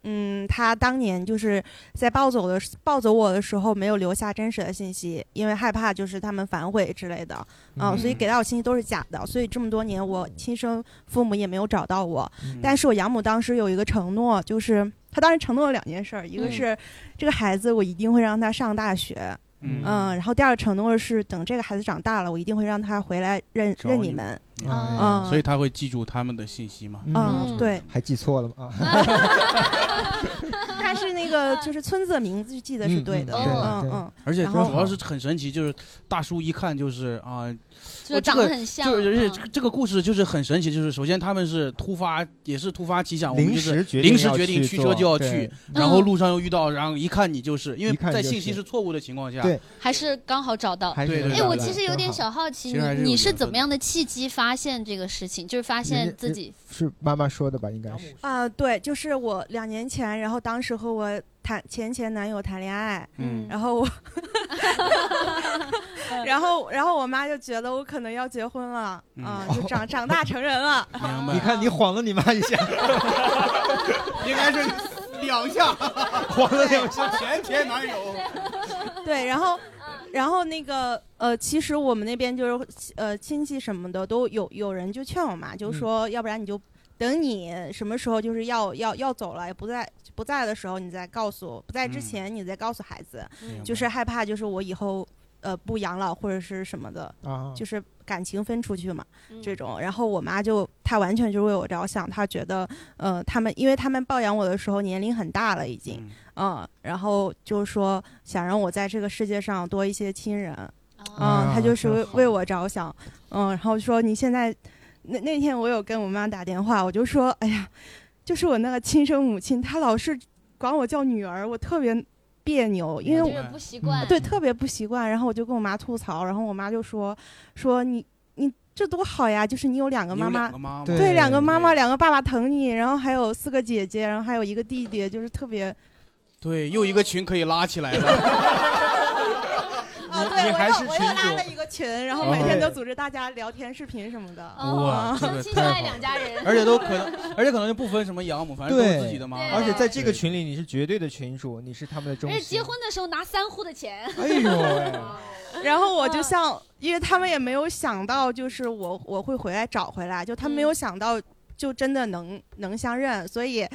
嗯，她当年就是在抱走的时抱走我的时候没有留下真实的信息，因为害怕就是他们反悔之类的啊、所以嗯给到我信息都是假的，所以这么多年我亲生父母也没有找到我，嗯但是我养母当时有一个承诺，就是她当时承诺了两件事儿，一个嗯是这个孩子我一定会让他上大学。嗯然后第二个承诺是，等这个孩子长大了，我一定会让他回来认找认你你们。哦啊，嗯所以他会记住他们的信息嘛？嗯，对。还记错了吗？啊，但是那个嗯就是村子的名字记得是对的，嗯嗯对嗯。而且然主后要是很神奇，就是大叔一看就是啊，就我长这得个很像就是而且嗯这个这个故事就是很神奇，就是首先他们是突发，也是突发奇想，我们临就是时决定临时要决定去驱车就做要对去，然后嗯路上又遇到，然后一看你就是因为一看在就信息是是错误的情况下，对还是刚好找到。还是对对哎，对我对其实有点小好奇，其实还是你有你是缘分怎么样的契机发现这个事情？就是发现嗯自己是妈妈说的吧？应该是啊、对，就是我两年前，然后当时和我谈前前男友谈恋爱，嗯 然后我，然后然后我妈就觉得我可能要结婚了，啊、嗯就长长大成人了，你看你晃了你妈 一下， 应该是 两下，晃了两下，前前男友。对，然后，然后那个呃，其实嗯我们那边就是呃亲戚什么的都有有人就劝我妈，就说、要不然你就等你什么时候就是要要要走了，也不在不在的时候，你再告诉；不在嗯之前，你再告诉孩子，嗯就是害怕，就是我以后呃不养老或者是什么的，啊就是感情分出去嘛、嗯这种。然后我妈就她完全就是为我着想，她觉得呃他们，因为他们抱养我的时候年龄很大了已经，嗯然后就说想让我在这个世界上多一些亲人，哦嗯，啊她就是为为我着想，嗯，然后说你现在。那那天我有跟我妈打电话，我就说，哎呀，就是我那个亲生母亲，她老是管我叫女儿，我特别别扭，因为就是不习惯对，特别不习惯。然后我就跟我妈吐槽，然后我妈就说，说你你这多好呀，就是你有两个你妈有妈，两个妈妈对，对两个妈妈，两个爸爸疼你，然后还有四个姐姐，然后还有一个弟弟，就是特别对，又一个群可以拉起来了。啊，对你我还又是我又群拉主了一个群，然后哦每天都组织大家聊天、视频什么的。嗯哇，这个太好了 而且都可 能，而且可能就不分什么养母，反正都是自己的妈妈。而且在这个群里你是绝对的群主，你是他们的中哎而且心结。婚的时候拿三户的钱。哎呦喂，然后我就像，因为他们也没有想到，就是我我会回来找回来，就他们没有想到，就真的能能相认，所以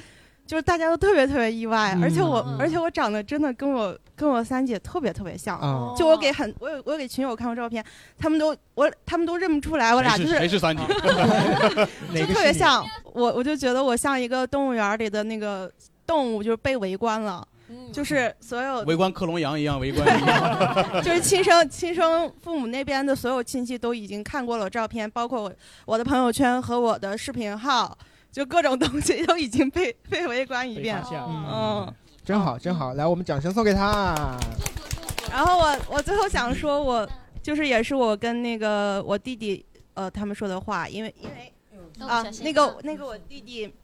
就是大家都特别特别意外，嗯而且我、嗯而且我长得真的跟我跟我三姐特别特别像，哦就我给很我有我有给群友看过照片，他们都我他们都认不出来，我俩就是谁是 三姐？就特别像我，我就觉得我像一个动物园里的那个动物，就是被围观了，就是所有围观克隆羊一样围观你。就是亲生亲生父母那边的所有亲戚都已经看过了照片，包括我我的朋友圈和我的视频号，就各种东西都已经被被围观一遍。嗯，真好真好，来，我们掌声送给他。然后我我最后想说我，就是也是我跟那个我弟弟呃他们说的话，因为因为啊那个那个我弟弟，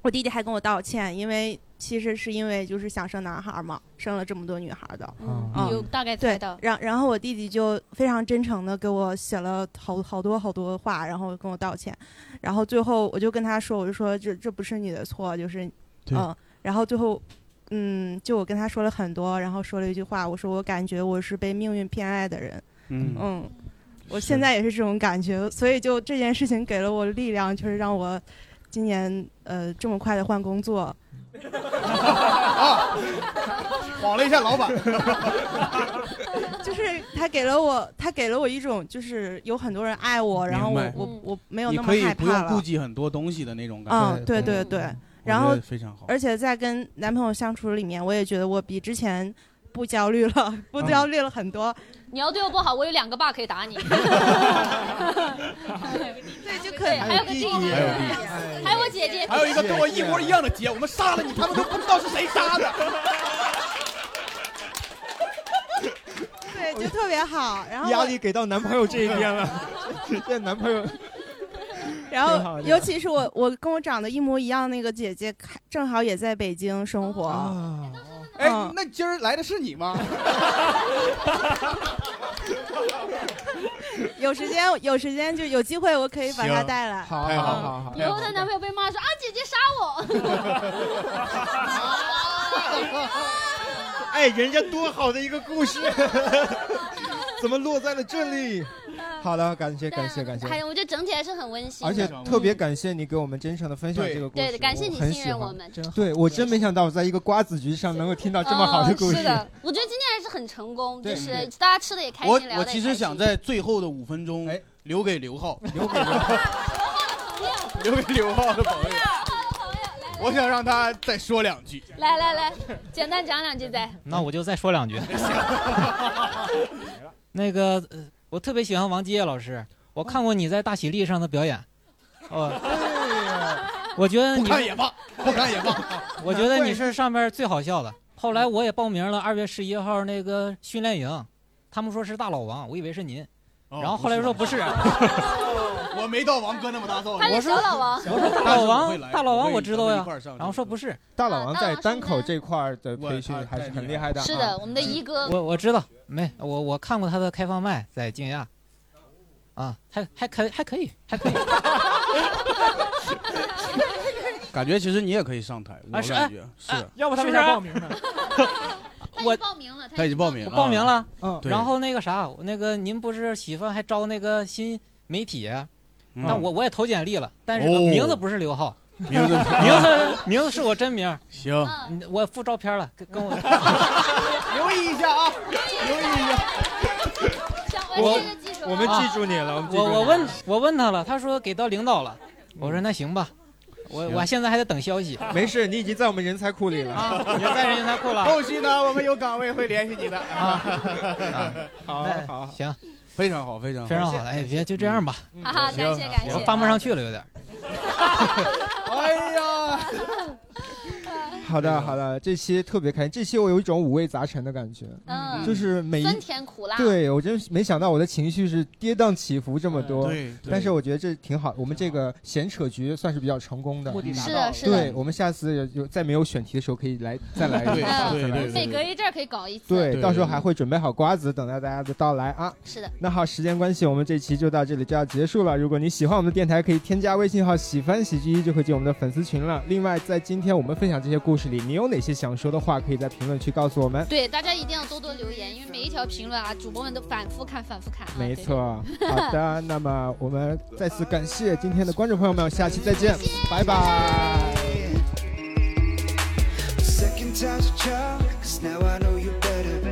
我弟弟还跟我道歉，因为其实是因为就是想生男孩嘛，生了这么多女孩的，嗯嗯有大概猜到对然然后我弟弟就非常真诚的给我写了好好多好多话，然后跟我道歉，然后最后我就跟他说，我就说这这不是你的错，就是对嗯，然后最后。嗯，就我跟他说了很多，然后说了一句话，我说我感觉我是被命运偏爱的人，嗯嗯，我现在也是这种感觉，所以就这件事情给了我力量，就是让我今年呃这么快的换工作，啊， 晃了一下老板。就是他给了我，他给了我一种就是有很多人爱我，然后明我白我我没有你那么可以害不用怕顾了。忌很多东西的那种感觉。嗯，对对对。然我后觉得非常好。而且在跟男朋友相处里面，我也觉得我比之前不焦虑了， 不嗯焦虑了很多。你要对我不好，我有两个爸可以打你。对，就可以。还有个弟弟，还有弟弟还有我姐姐，还有一个跟我一模一样的姐，我们杀了你，他们都不知道是谁杀的。对，就特别好。然后压我力给到男朋友这一边了，这男朋友 然挺好后，的尤其是 我，我跟我长得一模一样那个姐姐，看正好也在北京生活。啊哎嗯，那今儿来的是 你吗？有时间，有时间就有机会，我可以把她行带来。好太好嗯好好以后她男朋友被骂说啊，姐姐杀 我。哎，人家多好的一个故事， 怎么落在了这里？好的，感谢感谢感还谢，哎有，我觉得整体还是很温馨的，而且特别感谢你给我们真诚的分享对这个故事，对感谢你很信喜任欢我们真好对我真没想到我在一个瓜子局上能够听到这么好哦的故嗯是事。的，我觉得今天还是很成功，就对是对大家吃的也开我心，聊我的其也实开心。想在最后的五分钟留给刘浩，留给 刘留给刘浩的朋友，哎我想让他再说两句。来来来，简单讲两句再。那我就再说 两句。那个，呃我特别喜欢王基业老师，我看过你在大喜力上的表演，哦，我觉得你不看也罢，不看也罢。 我觉得你是上面最好笑的。后来我也报名了二月十一号那个训练营，他们说是大老王，我以为是您，哦然后后来说不是，啊 哎我没到王哥那么大造他诣，是我说小老王我说大老王大老王我知道呀然后说不是，大老王在单口这块儿的培训还是很厉害的啊。是的，我们的一哥，我我知道，没我我看过他的开放麦在惊讶，啊，还还可还可以，还 可以。感觉其实你也可以上台，我啊是感觉哎是啊，要不他为啥报名呢？我报名了， 他已经报名我了，报名了。嗯对然后那个啥，那个您不是喜欢还招那个新媒体，嗯但我我也投简历了，但是我哦名字不是刘浩，名字名字名字是我真名。行，嗯我附照片了，跟跟我留意一下啊，留意一下。我我们记住你了，我们记住我你了我问我问他了，他说给到领导了，我说那行吧，我嗯行我现在还得等消息。啊没事，你已经在我们人才库里了，已经在人才库了后续呢，我们有岗位会联系你的。啊， 好哎好，行，非常好，非常好，非常好，哎，别就这样吧。好好，感谢感谢。我翻不上去了，有点。哎呀，好的好的，这期特别开心，这期我有一种五味杂陈的感觉，嗯就是每一酸甜苦辣对我真没想到我的情绪是跌宕起伏这么嗯多，对对但是我觉得这挺好，我们这个闲扯局算是比较成功的，目的达到了是的是的对，我们下次有有再没有选题的时候可以来再来嗯一对下，对再来一对下每隔一阵儿可以搞一次。对，到时候还会准备好瓜子，等待大家的到来啊。是的那好，时间关系，我们这期就到这里就要结束了。如果你喜欢我们的电台，可以添加微信号“喜欢喜剧一”，就会进我们的粉丝群了。另外，在今天我们分享这些故事里，你有哪些想说的话，可以在评论区告诉我们。对，大家一定要多多留言，因为每一条评论啊，主播们都反复看，反复看啊。没错，好的，那么我们再次感谢今天的观众朋友们，下期再见，拜拜。 Second time's a charm, cause now I know you better.